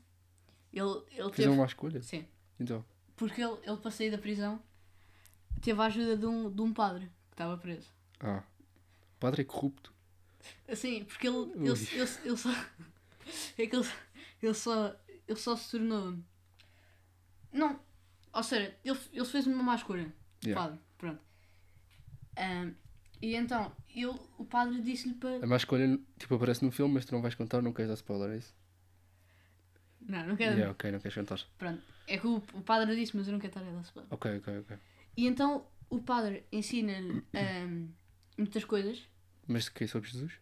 Speaker 2: Ele, ele
Speaker 1: Fez
Speaker 2: teve.
Speaker 1: uma má escolha?
Speaker 2: Sim.
Speaker 1: Então,
Speaker 2: Porque ele, ele, para sair da prisão, teve a ajuda de um, de um padre que estava preso.
Speaker 1: ah. O padre é corrupto.
Speaker 2: Assim, porque ele.
Speaker 1: Ui.
Speaker 2: Ele, ele, ele só. É que ele, ele só. Ele só se tornou. Não. Ou seja, ele, ele fez uma má escolha.
Speaker 1: Yeah.
Speaker 2: Padre, pronto. Ahm, e então, ele, o padre disse-lhe para.
Speaker 1: A má escolha, tipo, aparece no filme, mas tu não vais contar, não queres dar spoiler, é isso?
Speaker 2: Não, não quero.
Speaker 1: Yeah, ok, não queres contar.
Speaker 2: Pronto. É que o, o padre disse, mas eu não quero estar a dar spoiler.
Speaker 1: Ok, ok, ok.
Speaker 2: E então o padre ensina-lhe ahm, muitas coisas.
Speaker 1: Mas de que é sobre Jesus?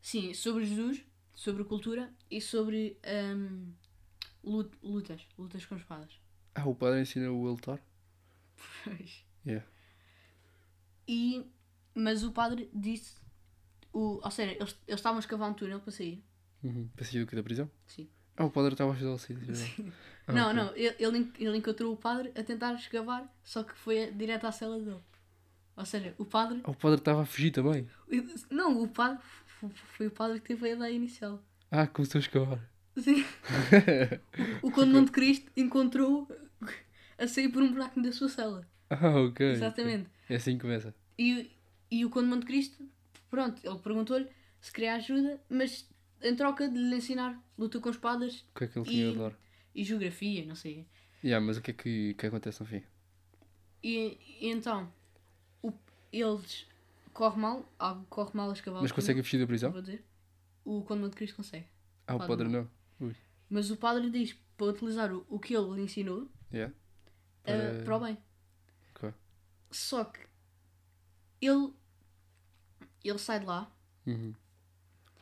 Speaker 2: Sim, sobre Jesus, sobre cultura e sobre ahm, lut- lutas. Lutas com espadas.
Speaker 1: Ah, o padre ensina o a lutar?
Speaker 2: Pois.
Speaker 1: Yeah.
Speaker 2: E, mas o padre disse. O, ou seja, eles, eles estavam a escavar um túnel para sair.
Speaker 1: Uhum. Para sair do que da prisão?
Speaker 2: Sim.
Speaker 1: Ah, o padre estava a ajudar o sítio. Ah,
Speaker 2: não,
Speaker 1: ok.
Speaker 2: não, ele, ele, en- ele encontrou o padre a tentar escavar, só que foi a- direto à cela dele. Ou seja, o padre.
Speaker 1: Ah, o padre estava a fugir também.
Speaker 2: Não, o padre. f- f- Foi o padre que teve a ideia inicial.
Speaker 1: Ah, começou a escavar.
Speaker 2: Sim. O Conde de Monte Cristo encontrou a sair por um buraco da sua cela.
Speaker 1: ah, ok.
Speaker 2: Exatamente.
Speaker 1: É assim que começa.
Speaker 2: E, e o Conde de Monte Cristo, pronto, ele perguntou-lhe se queria ajuda, mas em troca de lhe ensinar luta com espadas
Speaker 1: O que é que ele tinha
Speaker 2: E-
Speaker 1: a dar?
Speaker 2: e geografia, não sei.
Speaker 1: Yeah, mas o que é que, o que acontece no fim?
Speaker 2: E, e então, o- eles corre mal, algo corre mal a escavar.
Speaker 1: mas
Speaker 2: o túnel,
Speaker 1: conseguem fugir da prisão?
Speaker 2: Vou dizer. O Conde de Monte Cristo consegue.
Speaker 1: Ah, o
Speaker 2: Padre
Speaker 1: padre
Speaker 2: não.
Speaker 1: não. Ui.
Speaker 2: Mas o padre diz para utilizar o, o que ele lhe ensinou
Speaker 1: Yeah.
Speaker 2: eh,
Speaker 1: Ah, Para-
Speaker 2: para o bem.
Speaker 1: Ok.
Speaker 2: Só que ele, ele sai de lá,
Speaker 1: Uhum.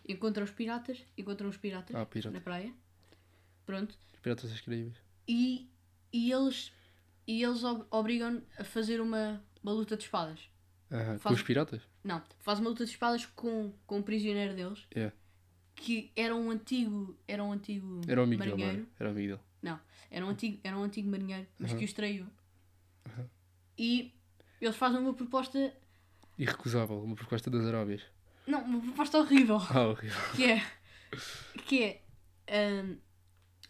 Speaker 2: encontra os piratas, encontra os piratas
Speaker 1: Ah, pirata.
Speaker 2: na praia. Pronto.
Speaker 1: Piratas das Caraíbas.
Speaker 2: E, e eles, e eles ob- obrigam a fazer uma, uma luta de espadas.
Speaker 1: Aham, Ah, Com
Speaker 2: Faz-
Speaker 1: os piratas?
Speaker 2: Não, faz uma luta de espadas com, com um prisioneiro deles,
Speaker 1: Yeah.
Speaker 2: que era um antigo. Era um antigo
Speaker 1: Era o amigo dele, não é?
Speaker 2: marinheiro.
Speaker 1: era? Era o amigo dele.
Speaker 2: Não, era um antigo, era um antigo marinheiro, mas
Speaker 1: Aham.
Speaker 2: que os traiu.
Speaker 1: Aham.
Speaker 2: E eles fazem uma proposta.
Speaker 1: Irrecusável, uma proposta das Arábias.
Speaker 2: Não, uma proposta horrível.
Speaker 1: Ah, horrível.
Speaker 2: Que é. Que é. ahm,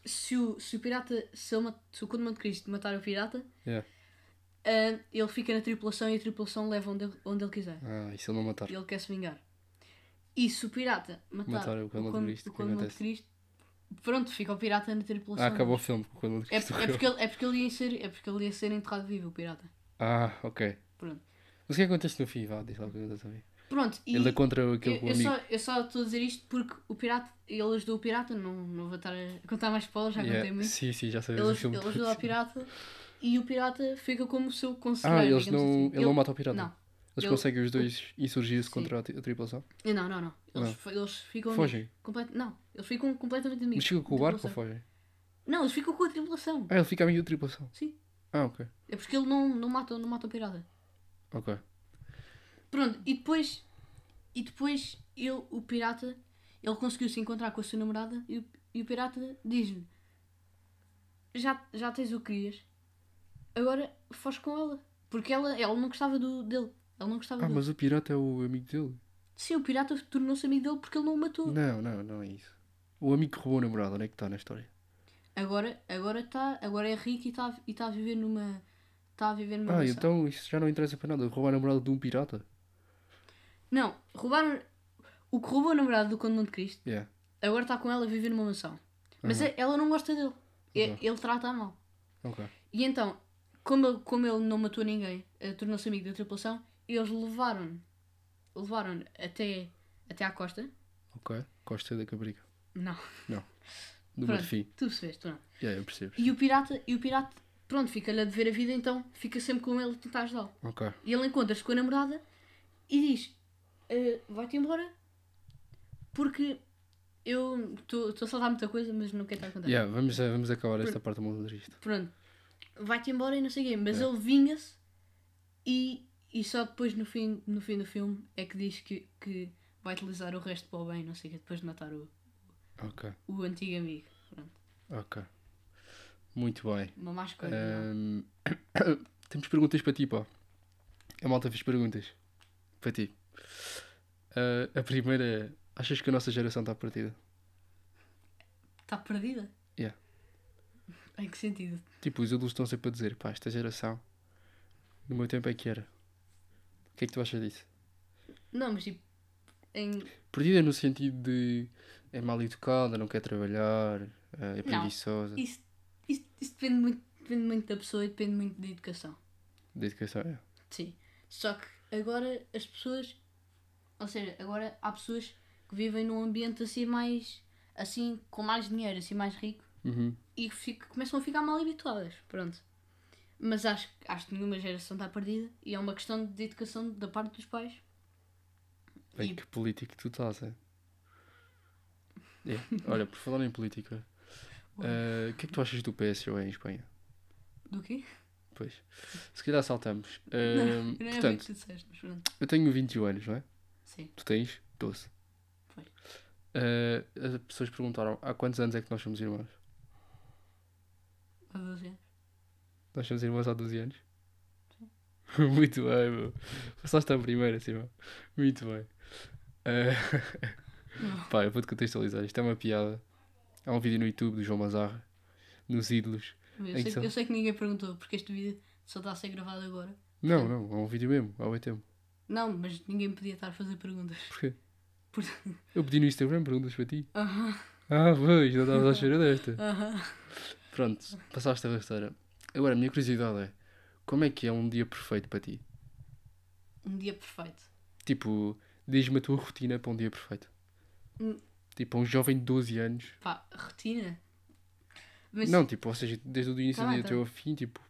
Speaker 2: se, o, se o pirata. Se, ele, mat- se o Conde de Monte Cristo matar o pirata,
Speaker 1: Yeah.
Speaker 2: ahm, ele fica na tripulação e a tripulação leva onde ele, onde ele quiser.
Speaker 1: Ah, isso ele não matar.
Speaker 2: E ele quer se vingar. E se o pirata matar,
Speaker 1: Matar
Speaker 2: o Conde de
Speaker 1: Cristo, o que
Speaker 2: Monte
Speaker 1: acontece?
Speaker 2: Cristo, pronto, fica o pirata na tripulação.
Speaker 1: Ah, acaba o filme com o Conde de
Speaker 2: É,
Speaker 1: Cristo
Speaker 2: é, porque ele, é, porque ele ia ser, é porque ele ia ser enterrado vivo, o pirata.
Speaker 1: Ah, ok.
Speaker 2: Pronto.
Speaker 1: Mas o que acontece no fim? Vá, diz lá o que acontece no fim.
Speaker 2: Pronto, e
Speaker 1: Ele é contra
Speaker 2: eu,
Speaker 1: aquele
Speaker 2: eu
Speaker 1: amigo.
Speaker 2: só, eu só estou a dizer isto porque o pirata, ele ajudou o pirata, não, não vou estar a contar mais spoilers, já
Speaker 1: Yeah,
Speaker 2: contei muito.
Speaker 1: Sim, sim, já sabemos
Speaker 2: Ele,
Speaker 1: o filme.
Speaker 2: ele ajudou ao pirata e o pirata fica como o seu conselheiro.
Speaker 1: Ah, eles
Speaker 2: digamos
Speaker 1: não.
Speaker 2: assim.
Speaker 1: Ele não mata o pirata.
Speaker 2: Não,
Speaker 1: Eles
Speaker 2: ele-
Speaker 1: conseguem os dois insurgir-se
Speaker 2: Sim.
Speaker 1: contra a, tri- a tripulação.
Speaker 2: não, não. não. Eles,
Speaker 1: Não.
Speaker 2: fi- eles ficam.
Speaker 1: Fogem.
Speaker 2: Complet... Não, eles ficam completamente amigos.
Speaker 1: Mas ficam com o
Speaker 2: da
Speaker 1: barco ou
Speaker 2: tripulação.
Speaker 1: fogem?
Speaker 2: Não, eles ficam com a tripulação.
Speaker 1: Ah, ele fica amigo da tripulação.
Speaker 2: Sim.
Speaker 1: Ah, ok.
Speaker 2: É porque ele não, não, mata, não mata o pirata.
Speaker 1: Ok.
Speaker 2: Pronto, e depois. E depois ele, o pirata, ele conseguiu se encontrar com a sua namorada e o, e o pirata diz-lhe: já, já tens o que querias, agora foge com ela. Porque ela, ela não gostava do, dele. Ela não gostava
Speaker 1: Ah,
Speaker 2: dele.
Speaker 1: mas o pirata é o amigo dele?
Speaker 2: Sim, o pirata tornou-se amigo dele porque ele não o matou.
Speaker 1: Não, não, não é isso. O amigo que roubou a namorada, onde é que está na história?
Speaker 2: Agora, agora, tá, agora é rico e está e tá a viver numa. Está a viver numa.
Speaker 1: Ah,
Speaker 2: mansão.
Speaker 1: então isso já não interessa para nada. Roubar a namorada de um pirata?
Speaker 2: Não, roubaram. O que roubou a namorada do Conde de Monte Cristo
Speaker 1: Yeah.
Speaker 2: agora está com ela a viver numa mansão. Mas é- ela não gosta dele. É-
Speaker 1: Ok.
Speaker 2: Ele trata-a mal.
Speaker 1: Ok.
Speaker 2: E então, como ele, como ele não matou ninguém, eh, tornou-se amigo da tripulação, eles levaram-no levaram até, até à costa.
Speaker 1: Ok. Costa da Cabriga.
Speaker 2: Não,
Speaker 1: Do
Speaker 2: Pronto.
Speaker 1: Marfim.
Speaker 2: tu percebeste, tu não.
Speaker 1: Yeah, eu percebo.
Speaker 2: E o pirata, e o pirata pronto, fica-lhe a dever a vida, então fica sempre com ele a tentar ajudá-lo.
Speaker 1: Ok.
Speaker 2: E ele encontra-se com a namorada e diz: "Eh, Vai-te embora porque eu estou estou a saltar muita coisa, mas não quero estar a contar.
Speaker 1: Yeah, vamos, eh, vamos acabar esta parte do triste.
Speaker 2: Pronto, vai-te embora e não sei o quê, mas ele vinga-se e, e só depois no fim, no fim do filme é que diz que, que vai utilizar o resto para o bem, não sei o quê, depois de matar o,
Speaker 1: Ok.
Speaker 2: o antigo amigo. Pronto,
Speaker 1: Ok. Muito bem.
Speaker 2: uma má escolha. não?
Speaker 1: Ahm, Temos perguntas para ti, pá. A malta fez perguntas. Para ti. Ah, a primeira é: achas que a nossa geração está partida?
Speaker 2: Está Tá perdida?
Speaker 1: Yeah.
Speaker 2: Em que sentido?
Speaker 1: Tipo, os adultos estão sempre a dizer: pá, esta geração, no meu tempo é que era. O que é que tu achas disso?
Speaker 2: Não, mas tipo, em,
Speaker 1: Perdida no sentido de é mal educada, não quer trabalhar, ah, é preguiçosa.
Speaker 2: Isso, isso, isso depende, muito, depende muito da pessoa e depende muito da educação.
Speaker 1: De educação, é.
Speaker 2: Sim. Só que agora as pessoas. Ou seja, agora há pessoas que vivem num ambiente assim mais. assim, com mais dinheiro, assim mais rico
Speaker 1: Uhum.
Speaker 2: e que fica- começam a ficar mal habituadas. Pronto. Mas acho, acho que nenhuma geração está perdida e é uma questão de educação da parte dos pais.
Speaker 1: Em
Speaker 2: E-
Speaker 1: que político tu estás, é? É, Olha, por falar em política,
Speaker 2: Ui.
Speaker 1: ah, o que é que tu achas do PSOE em Espanha?
Speaker 2: Do quê?
Speaker 1: Pois. Se calhar saltamos. Ahm,
Speaker 2: Não é bem o que
Speaker 1: portanto,
Speaker 2: tu disseste, mas pronto.
Speaker 1: eu tenho 21 anos, não é?
Speaker 2: Sim.
Speaker 1: Tu tens 12.
Speaker 2: Foi.
Speaker 1: Ah, as pessoas perguntaram há quantos anos é que nós somos irmãos?
Speaker 2: Há 12 anos.
Speaker 1: Nós somos irmãos há 12 anos? Muito bem, meu. Passaste a primeira, Simão. Muito bem. Ah,
Speaker 2: Não.
Speaker 1: Pá, eu vou-te contextualizar. Isto é uma piada. Há um vídeo no YouTube do João Mazarra, nos ídolos.
Speaker 2: Eu
Speaker 1: É
Speaker 2: sei,
Speaker 1: que
Speaker 2: eu sei que ninguém perguntou porque este vídeo só está a ser gravado agora.
Speaker 1: Não, não, há um vídeo mesmo, há bem tempo.
Speaker 2: Não, mas ninguém podia estar a fazer perguntas.
Speaker 1: Porquê?
Speaker 2: Por-
Speaker 1: Eu pedi no Instagram perguntas para ti.
Speaker 2: Aham,
Speaker 1: Ah, pois, não estavas à espera desta.
Speaker 2: aham.
Speaker 1: Pronto, passaste a rasteira. Agora, a minha curiosidade é: como é que é um dia perfeito para ti?
Speaker 2: Um dia perfeito.
Speaker 1: Tipo, diz-me a tua rotina para um dia perfeito.
Speaker 2: Hum.
Speaker 1: Tipo, um jovem de 12 anos.
Speaker 2: Pá, rotina. Mas
Speaker 1: Não, tipo, ou seja, desde o início
Speaker 2: Tá
Speaker 1: do
Speaker 2: bem,
Speaker 1: dia
Speaker 2: tá
Speaker 1: até
Speaker 2: bem.
Speaker 1: ao fim, tipo,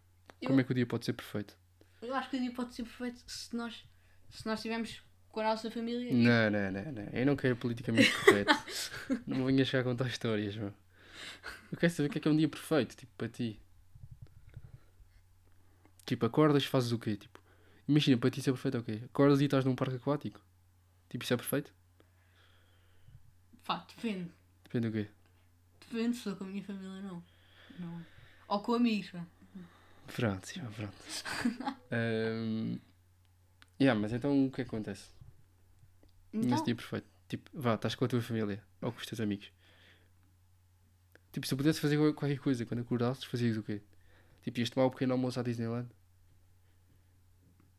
Speaker 2: Eu-
Speaker 1: como é que o dia pode ser perfeito?
Speaker 2: eu acho que o dia pode ser perfeito se nós, se nós estivermos com a nossa família. e-
Speaker 1: Não, não, não, não. Eu não quero politicamente correto. não venhas cá contar histórias, meu. Eu quero saber o que é que é um dia perfeito, tipo, para ti. Tipo, acordas, fazes o quê? Tipo, imagina, para ti isso é perfeito é o quê? Acordas e estás num parque aquático? Tipo, isso é perfeito?
Speaker 2: Pá, depende.
Speaker 1: Depende do quê?
Speaker 2: Depende se estou com a minha família ou não. não. Ou com amigos, vá.
Speaker 1: Pronto, sim, pronto. Ahm, yeah, mas então o que é que acontece?
Speaker 2: Então,
Speaker 1: Nesse dia perfeito. Tipo, vá, estás com a tua família ou com os teus amigos. Tipo, se pudesse fazer qual- qualquer coisa quando acordasses, fazias o quê? Tipo, ias tomar um pequeno almoço à Disneyland.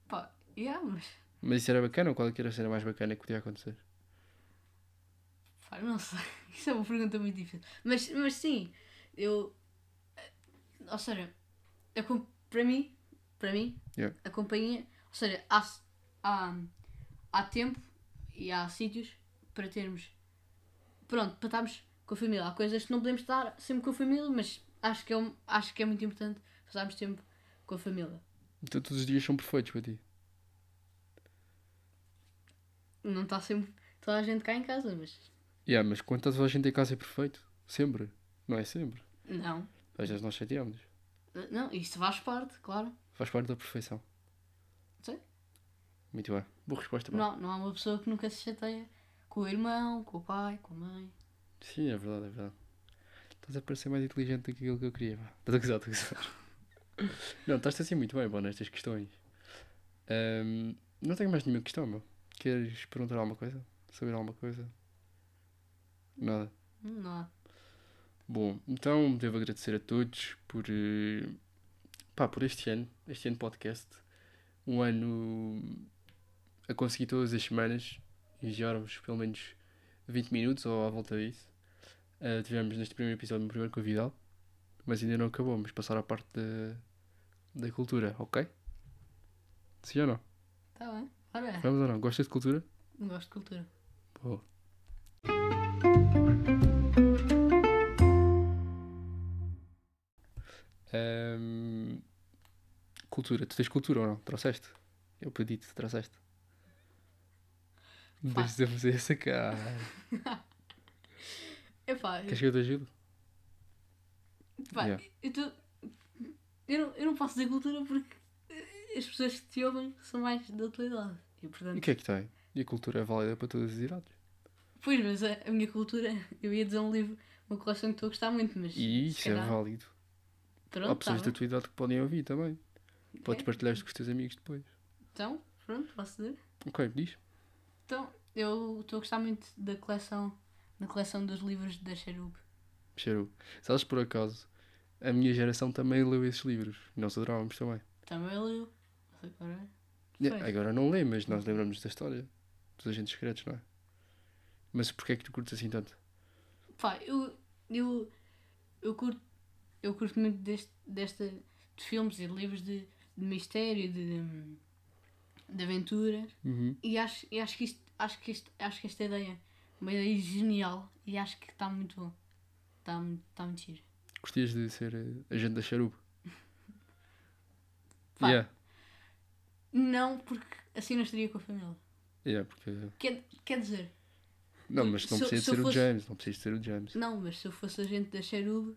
Speaker 2: pá, yeah, mas.
Speaker 1: Mas isso era bacana ou qual é que era a cena mais bacana que podia acontecer?
Speaker 2: Pá, não sei. Isso é uma pergunta muito difícil. Mas, mas sim, eu. Ou seja, eu, com- para mim, para mim,
Speaker 1: Yeah.
Speaker 2: a companhia. Ou seja, há, há, há tempo e há sítios para termos. Pronto, para estarmos com a família. Há coisas que não podemos estar sempre com a família, mas acho que é, um- acho que é muito importante passarmos tempo com a família.
Speaker 1: Então todos os dias são perfeitos para ti.
Speaker 2: Não está sempre toda a gente cá em casa, mas.
Speaker 1: Yeah, mas quando estás a gente em casa é perfeito. Sempre. Não é sempre.
Speaker 2: Não.
Speaker 1: Às vezes nós chateamos.
Speaker 2: Não, isto faz parte, claro.
Speaker 1: Faz parte da perfeição.
Speaker 2: Sim.
Speaker 1: Muito bem. Boa resposta, pá.
Speaker 2: Não, não há uma pessoa que nunca se chateia com o irmão, com o pai, com a mãe.
Speaker 1: Sim, é verdade, é verdade. Estás a parecer mais inteligente do que aquilo que eu queria. pá. Estás a gozar, estás a gozar. Não, estás assim muito bem, pá, nestas questões. Ahm, não tenho mais nenhuma questão, meu. Queres perguntar alguma coisa? Saber alguma coisa? Nada.
Speaker 2: Hum, Não há.
Speaker 1: Bom, então devo agradecer a todos por, eh, pá, por este ano, este ano de podcast. Um ano a conseguir todas as semanas enviarmos pelo menos 20 minutos ou à volta disso. Eh, tivemos neste primeiro episódio o primeiro convidado, mas ainda não acabou. Vamos passar à parte da, da cultura, ok? Sim ou não?
Speaker 2: Está bem. Ora, é.
Speaker 1: Vamos ou não? Gostas de cultura?
Speaker 2: não gosto de cultura.
Speaker 1: Boa. Ahm, cultura, tu tens cultura ou não? Trouxeste? Eu pedi-te, trouxeste. Não
Speaker 2: Pá.
Speaker 1: Deixa de fazer essa cara.
Speaker 2: Epá,
Speaker 1: Queres que eu te ajude?
Speaker 2: pá,
Speaker 1: Yeah.
Speaker 2: eu, tô... eu, não, eu não posso dizer cultura porque eh, as pessoas que te ouvem são mais da atualidade. E
Speaker 1: E o
Speaker 2: portanto.
Speaker 1: que é que tem? E a cultura é válida para todas as idades.
Speaker 2: Pois, mas a, a minha cultura, eu ia dizer um livro, uma coleção que estou a gostar muito, mas.
Speaker 1: E
Speaker 2: se
Speaker 1: isso é
Speaker 2: calhar-
Speaker 1: válido. Há
Speaker 2: Pronto, tá
Speaker 1: pessoas tipo, da
Speaker 2: bem.
Speaker 1: tua idade que podem ouvir também. Podes
Speaker 2: Ok.
Speaker 1: partilhar isto com os teus amigos depois.
Speaker 2: Então, pronto, posso dizer.
Speaker 1: Ok, diz?
Speaker 2: Então, eu estou a gostar muito da coleção, da coleção dos livros da Cherub.
Speaker 1: Cheiro. Sabes por acaso, a minha geração também leu esses livros. E nós adorávamos também.
Speaker 2: Também leu. Mas Agora.
Speaker 1: Yeah,
Speaker 2: Pois.
Speaker 1: É, agora não lê, mas nós lembramos da história. Dos agentes secretos, não é? Mas porquê é que tu curtes assim tanto?
Speaker 2: Pá, eu, eu, eu, curto, eu curto muito deste, desta, de filmes e de livros de, de mistério, de, hum, de aventura. E acho, e acho, que isto, acho, que isto, acho que esta ideia é uma ideia genial e acho que está muito bom. Está mu- está muito giro.
Speaker 1: Gostias de ser eh, agente da Cherub?
Speaker 2: Pá.
Speaker 1: Yeah.
Speaker 2: Não, porque assim não estaria com a família.
Speaker 1: Yeah, porque...
Speaker 2: Quer, quer dizer,
Speaker 1: Não, mas não
Speaker 2: se-
Speaker 1: precisa de
Speaker 2: se eu
Speaker 1: ser o
Speaker 2: fosse-
Speaker 1: James. Não precisa de ser o James.
Speaker 2: não, mas se eu fosse agente da Cherub,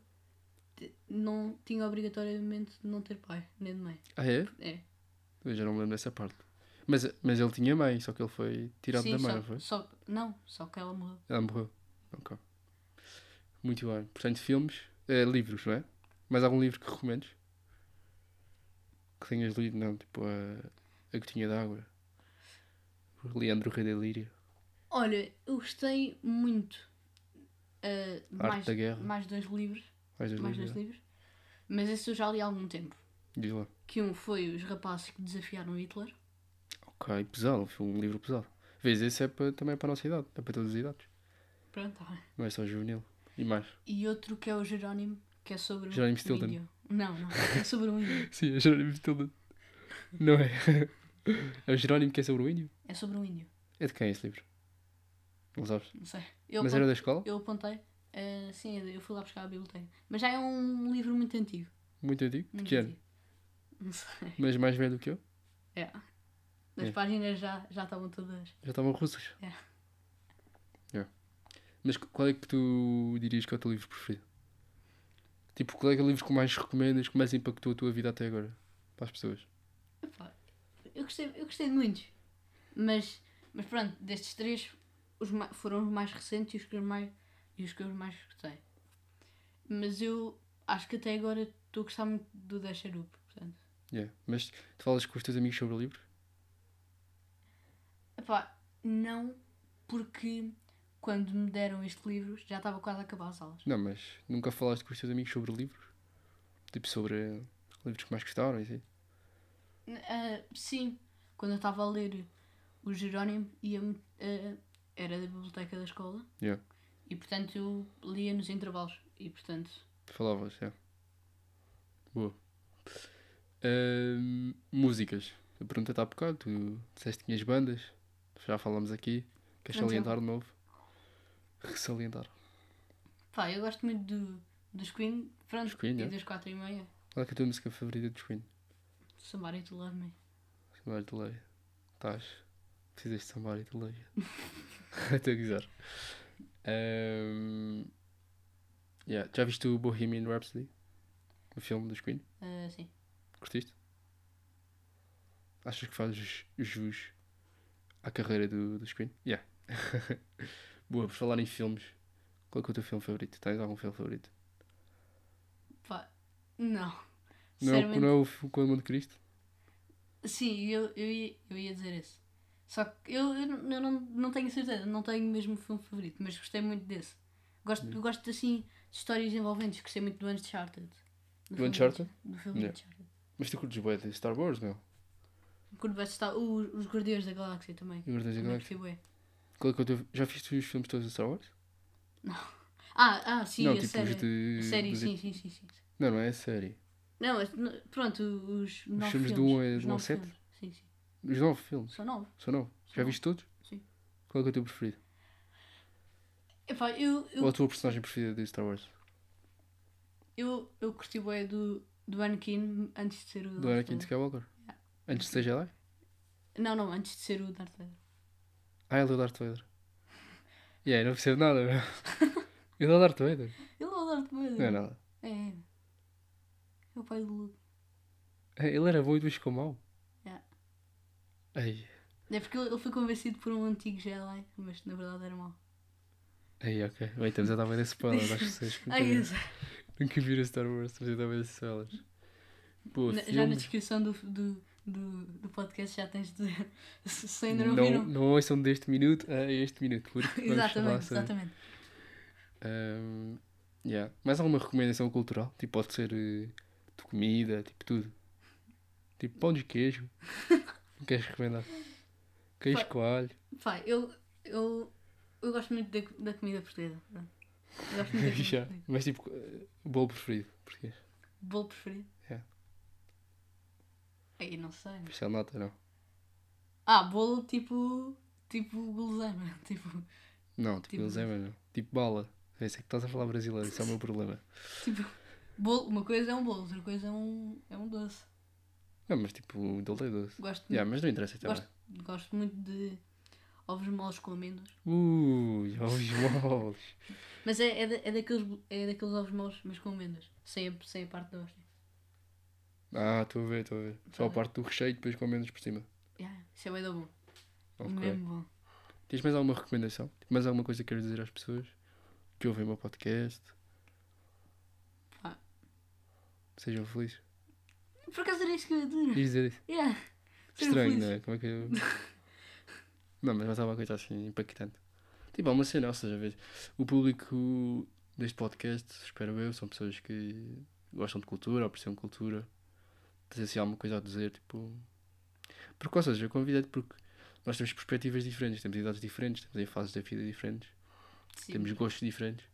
Speaker 2: te- não tinha obrigatoriamente de não ter pai, nem de mãe.
Speaker 1: Ah, é?
Speaker 2: É.
Speaker 1: Eu já não me lembro dessa parte. Mas, mas ele tinha mãe, só que ele foi tirado da mãe,
Speaker 2: só,
Speaker 1: não foi?
Speaker 2: só- não, só que ela morreu.
Speaker 1: Ela morreu. Ok. Muito bem. Portanto, filmes, eh, livros, não é? Mais algum livro que recomendes? Que tenhas lido, não? Tipo, a, a Gotinha d'Água. O Leandro Rei da Líria.
Speaker 2: Olha, eu gostei muito uh, de
Speaker 1: Arte
Speaker 2: mais,
Speaker 1: da Guerra.
Speaker 2: mais dois livros,
Speaker 1: Mais dois
Speaker 2: mais dois
Speaker 1: livros. é.
Speaker 2: livros, mas esse eu já li há algum tempo.
Speaker 1: não? é? Diz lá.
Speaker 2: Que um foi Os Rapazes que Desafiaram Hitler.
Speaker 1: Ok, pesado. Foi um livro pesado. Vês, esse é para, também é para a nossa idade. É para todas as idades.
Speaker 2: Pronto, tá bem.
Speaker 1: Não é só juvenil. E mais.
Speaker 2: E outro que é o Jerónimo, que é sobre um
Speaker 1: Jerónimo Stilton.
Speaker 2: índio. Não, não, é sobre um índio.
Speaker 1: Sim, é Jerónimo Tilda. Não é? É o Jerónimo que é sobre o índio?
Speaker 2: É sobre um índio,
Speaker 1: É de quem esse livro? Não sabes?
Speaker 2: não sei. Eu,
Speaker 1: mas
Speaker 2: apon-
Speaker 1: era da escola?
Speaker 2: eu apontei, Ah, sim, eu fui lá buscar a biblioteca. Mas já é um livro muito antigo.
Speaker 1: Muito antigo? De
Speaker 2: Muito
Speaker 1: que ano?
Speaker 2: antigo. Não sei.
Speaker 1: Mas mais velho do que eu?
Speaker 2: É. As
Speaker 1: É.
Speaker 2: páginas já, já estavam todas.
Speaker 1: Já estavam russas.
Speaker 2: É.
Speaker 1: É. Mas qu- qual é que tu dirias que é o teu livro preferido? Tipo, qual é que é o livro que mais recomendas, que mais impactou a tua vida até agora? Para as pessoas.
Speaker 2: Epá, eu, gostei, eu gostei de muitos. Mas, mas pronto, destes três os ma- foram os mais recentes e os que eu mais, e os que eu mais gostei. Mas eu acho que até agora estou a gostar muito do da Charup, portanto.
Speaker 1: Yeah. É. Mas tu falas com os teus amigos sobre o livro?
Speaker 2: Epá, não porque quando me deram este livro já estava quase a acabar as aulas.
Speaker 1: Não, mas nunca falaste com os teus amigos sobre livros? Tipo, sobre eh, livros que mais gostaram e assim?
Speaker 2: N- ah, sim, quando eu estava a ler o Jerónimo ia ah, era da biblioteca da escola
Speaker 1: Yeah.
Speaker 2: e portanto eu lia nos intervalos e portanto
Speaker 1: Falavas, é. Boa. Ahm, músicas. A pergunta está há bocado. Tu disseste que tinhas bandas. Já falámos aqui. Queres
Speaker 2: Não, já.
Speaker 1: salientar de novo? Ressalientar.
Speaker 2: Pá, eu gosto muito do, dos Queen, pronto,
Speaker 1: Dos Queen,
Speaker 2: e
Speaker 1: é.
Speaker 2: das 4 e meia,
Speaker 1: Qual é que é a tua música favorita dos Queen?
Speaker 2: Somebody to Love Me.
Speaker 1: Somebody to Love. Estás. Precisas de Somebody to Love. Estou a gozar. Ahm, yeah. Já viste o Bohemian Rhapsody? O filme dos Queen?
Speaker 2: Ah, sim.
Speaker 1: Curtiste? Achas que faz jus- jus à carreira do, do Screen? Yeah. Boa, por falar em filmes, qual é, que é o teu filme favorito? Tens algum filme favorito?
Speaker 2: Pá, não.
Speaker 1: Não é, o-
Speaker 2: Sinceramente,
Speaker 1: não é o filme com o Monte Cristo?
Speaker 2: Sim, eu, eu, ia, eu ia dizer esse. Só que eu, eu, não- eu não, não tenho certeza, não tenho mesmo o filme favorito, mas gostei muito desse. Gosto, eu gosto assim de histórias envolventes, gostei muito do Uncharted.
Speaker 1: Do
Speaker 2: filme
Speaker 1: Uncharted?
Speaker 2: Do filme
Speaker 1: Yeah.
Speaker 2: Uncharted.
Speaker 1: Mas tu curtes bué de Star Wars, meu?
Speaker 2: Quando vai estar os, os Guardiões da Galáxia também.
Speaker 1: E Guardiões da
Speaker 2: Também
Speaker 1: Galáxia?
Speaker 2: gostei bué.
Speaker 1: Qual é que é o teu- Já viste os filmes todos de Star Wars?
Speaker 2: Ah, ah, sim,
Speaker 1: não,
Speaker 2: a
Speaker 1: tipo
Speaker 2: série.
Speaker 1: os de...
Speaker 2: A série,
Speaker 1: dos-
Speaker 2: sim, sim, sim, sim.
Speaker 1: Não, não é a série.
Speaker 2: Não, mas, n- pronto, os nove filmes.
Speaker 1: filmes do um é-
Speaker 2: os
Speaker 1: do um
Speaker 2: nove
Speaker 1: ao sete?
Speaker 2: filmes. Sim, sim.
Speaker 1: Os nove filmes,
Speaker 2: São nove.
Speaker 1: são nove. Já
Speaker 2: São
Speaker 1: viste todos?
Speaker 2: Sim.
Speaker 1: Qual é que é o teu preferido?
Speaker 2: Epá, eu,
Speaker 1: Ou
Speaker 2: eu,
Speaker 1: a tua personagem preferida de Star Wars?
Speaker 2: eu, eu curti bem do, do Anakin antes de ser o
Speaker 1: Do
Speaker 2: Darth
Speaker 1: Anakin
Speaker 2: Vader.
Speaker 1: Skywalker? Antes de ser Jedi?
Speaker 2: Não, não, antes de ser o Darth Vader.
Speaker 1: Ah, ele é o Darth Vader. E aí, não percebo nada, meu. Ele é o Darth Vader.
Speaker 2: Ele é o Darth Vader.
Speaker 1: Não é nada.
Speaker 2: É, é. É o pai do Luke.
Speaker 1: É, Ele era bom e depois ficou mau.
Speaker 2: Yeah.
Speaker 1: Ai,
Speaker 2: É porque ele, ele foi convencido por um antigo Jedi, mas na verdade era mau.
Speaker 1: ai, ok. Bem, estamos a dar bem desse spoilers às pessoas que
Speaker 2: Ai, eu
Speaker 1: nunca,
Speaker 2: sei.
Speaker 1: nunca viram Star Wars. Estamos a dar bem desse spoilers. Pô,
Speaker 2: Na- já na
Speaker 1: filmes.
Speaker 2: descrição do, do, do, do podcast já tens de dizer. Se se ainda não,
Speaker 1: Não,
Speaker 2: viram.
Speaker 1: não ouçam deste minuto a este minuto. Porque vamos falar
Speaker 2: exatamente,
Speaker 1: sobre.
Speaker 2: exatamente.
Speaker 1: Ahm, yeah. Mais alguma recomendação cultural? Tipo, pode ser eh, de comida, tipo tudo. Tipo pão de queijo. Não queres recomendar? Queijo
Speaker 2: Pá.
Speaker 1: coalho.
Speaker 2: Pá, eu, eu, eu gosto muito da, da comida portuguesa. pronto. Eu gosto muito da comida
Speaker 1: Já.
Speaker 2: portuguesa.
Speaker 1: Mas tipo, eh, bolo preferido português.
Speaker 2: Bolo preferido?
Speaker 1: É.
Speaker 2: Aí não sei.
Speaker 1: Pastel de é nata, não.
Speaker 2: Ah, bolo tipo. Tipo guloseima. Tipo,
Speaker 1: Não, tipo,
Speaker 2: Tipo-
Speaker 1: eles é, não. Tipo bala. Eu sei que estás a falar brasileiro, isso é o meu problema.
Speaker 2: tipo. Bolo, uma coisa é um bolo, outra coisa é um, é um doce.
Speaker 1: Não, mas tipo, doce é doce.
Speaker 2: Gosto,
Speaker 1: Yeah, mas não interessa tá
Speaker 2: muito,
Speaker 1: também.
Speaker 2: gosto, gosto muito de ovos moles com amêndoas.
Speaker 1: Ui, ovos moles.
Speaker 2: Mas é, é, da- é, daqueles, é daqueles ovos moles, mas com amêndoas. Sem, a- sem a parte da hóstia.
Speaker 1: Ah, estou a ver, estou a ver. Só a
Speaker 2: Tá.
Speaker 1: parte do recheio, depois com menos por cima.
Speaker 2: Yeah, isso é bem da bom.
Speaker 1: Ok.
Speaker 2: Mesmo bom.
Speaker 1: Tens mais alguma recomendação? Tipo, mais alguma coisa que queres dizer às pessoas que ouvem o meu podcast?
Speaker 2: Pá.
Speaker 1: Sejam felizes.
Speaker 2: Por acaso era isso que eu ia dizer.
Speaker 1: Quis dizer isso.
Speaker 2: Yeah. Sejam
Speaker 1: Estranho,
Speaker 2: felizes.
Speaker 1: não é? Como é que eu... Não, mas não estava uma coisa assim impactante. Tipo, há uma cena, ou seja, vês, o público deste podcast, espero eu, são pessoas que gostam de cultura, apreciam cultura, tens assim alguma coisa a dizer, tipo. Porque, ou seja, eu convidei-te porque nós temos perspectivas diferentes, temos idades diferentes, temos em fases da vida diferentes,
Speaker 2: Sim.
Speaker 1: temos gostos diferentes.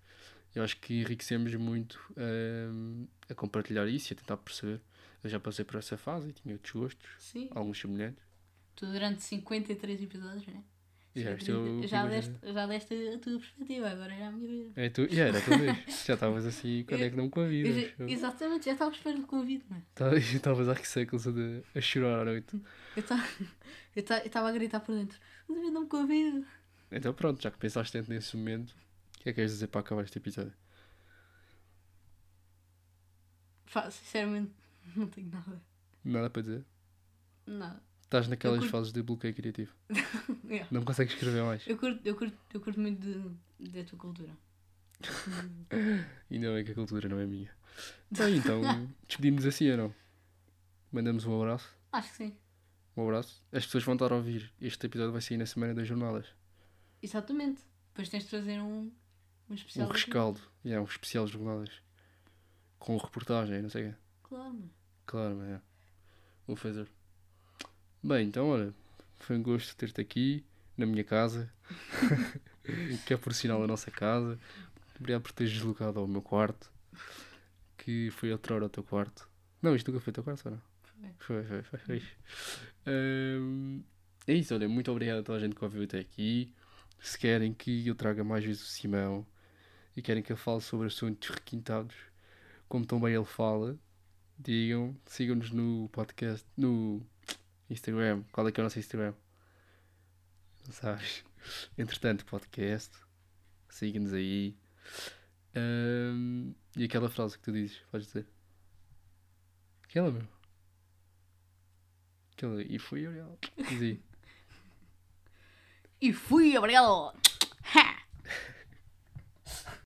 Speaker 1: Eu acho que enriquecemos muito hum, a compartilhar isso e a tentar perceber. Eu já passei por essa fase e tinha outros gostos,
Speaker 2: Sim.
Speaker 1: alguns semelhantes.
Speaker 2: Tu durante 53 episódios, né?
Speaker 1: Yeah,
Speaker 2: Sim,
Speaker 1: isto eu-
Speaker 2: já,
Speaker 1: imagina.
Speaker 2: deste, já deste a tua perspectiva, agora era a minha vez.
Speaker 1: É tu, yeah, era a tua vez. Já estavas assim, quando é que não me
Speaker 2: Eu
Speaker 1: convidas?
Speaker 2: já- exatamente, já estava esperando o convite, não é?
Speaker 1: Tá- Estavas há séculos a, a chorar à noite.
Speaker 2: Eu estava- eu estava- eu estava a gritar por dentro: "O David não me convida.
Speaker 1: Então pronto, já que pensaste tanto nesse momento, o que é que queres dizer para acabar este episódio?
Speaker 2: Pá, sinceramente, não tenho nada.
Speaker 1: Nada para dizer.
Speaker 2: Nada.
Speaker 1: Estás naquelas
Speaker 2: curto-
Speaker 1: fases de bloqueio criativo.
Speaker 2: Yeah.
Speaker 1: Não consegues escrever mais.
Speaker 2: Eu, curto, eu, curto, eu curto muito de- da tua cultura.
Speaker 1: Ainda bem que a cultura não é minha. Bem, então, despedimos assim ou não? Mandamos um abraço.
Speaker 2: Acho que sim.
Speaker 1: Um abraço. As pessoas vão estar a ouvir. Este episódio vai sair na semana das jornadas.
Speaker 2: Exatamente. Depois tens de trazer um, um
Speaker 1: Um
Speaker 2: especial. daqui.
Speaker 1: rescaldo. É, um especial de jornadas. Com reportagem, não sei o quê.
Speaker 2: Claro, mano.
Speaker 1: Claro, mas é. Vou fazer. Bem, então, olha. Foi um gosto ter-te aqui, na minha casa. que é por sinal a nossa casa. Obrigado por teres deslocado ao meu quarto. Que foi outra hora ao teu quarto. Não, isto nunca foi ao teu quarto, ou não? Foi, foi, foi. foi. Ahm, é isso, olha. Muito obrigado a toda a gente que ouviu até aqui. Se querem que eu traga mais vezes o Simão e querem que eu fale sobre assuntos requintados, como tão bem ele fala, digam, sigam-nos no podcast, no Instagram. Qual é que é o nosso Instagram? Não sabes? Entretanto, podcast. Sigam-nos aí. Ahm, e aquela frase que tu dizes, podes dizer? Aquela, meu. Aquela, e fui eu, Diz aí.
Speaker 2: E fui, obrigado!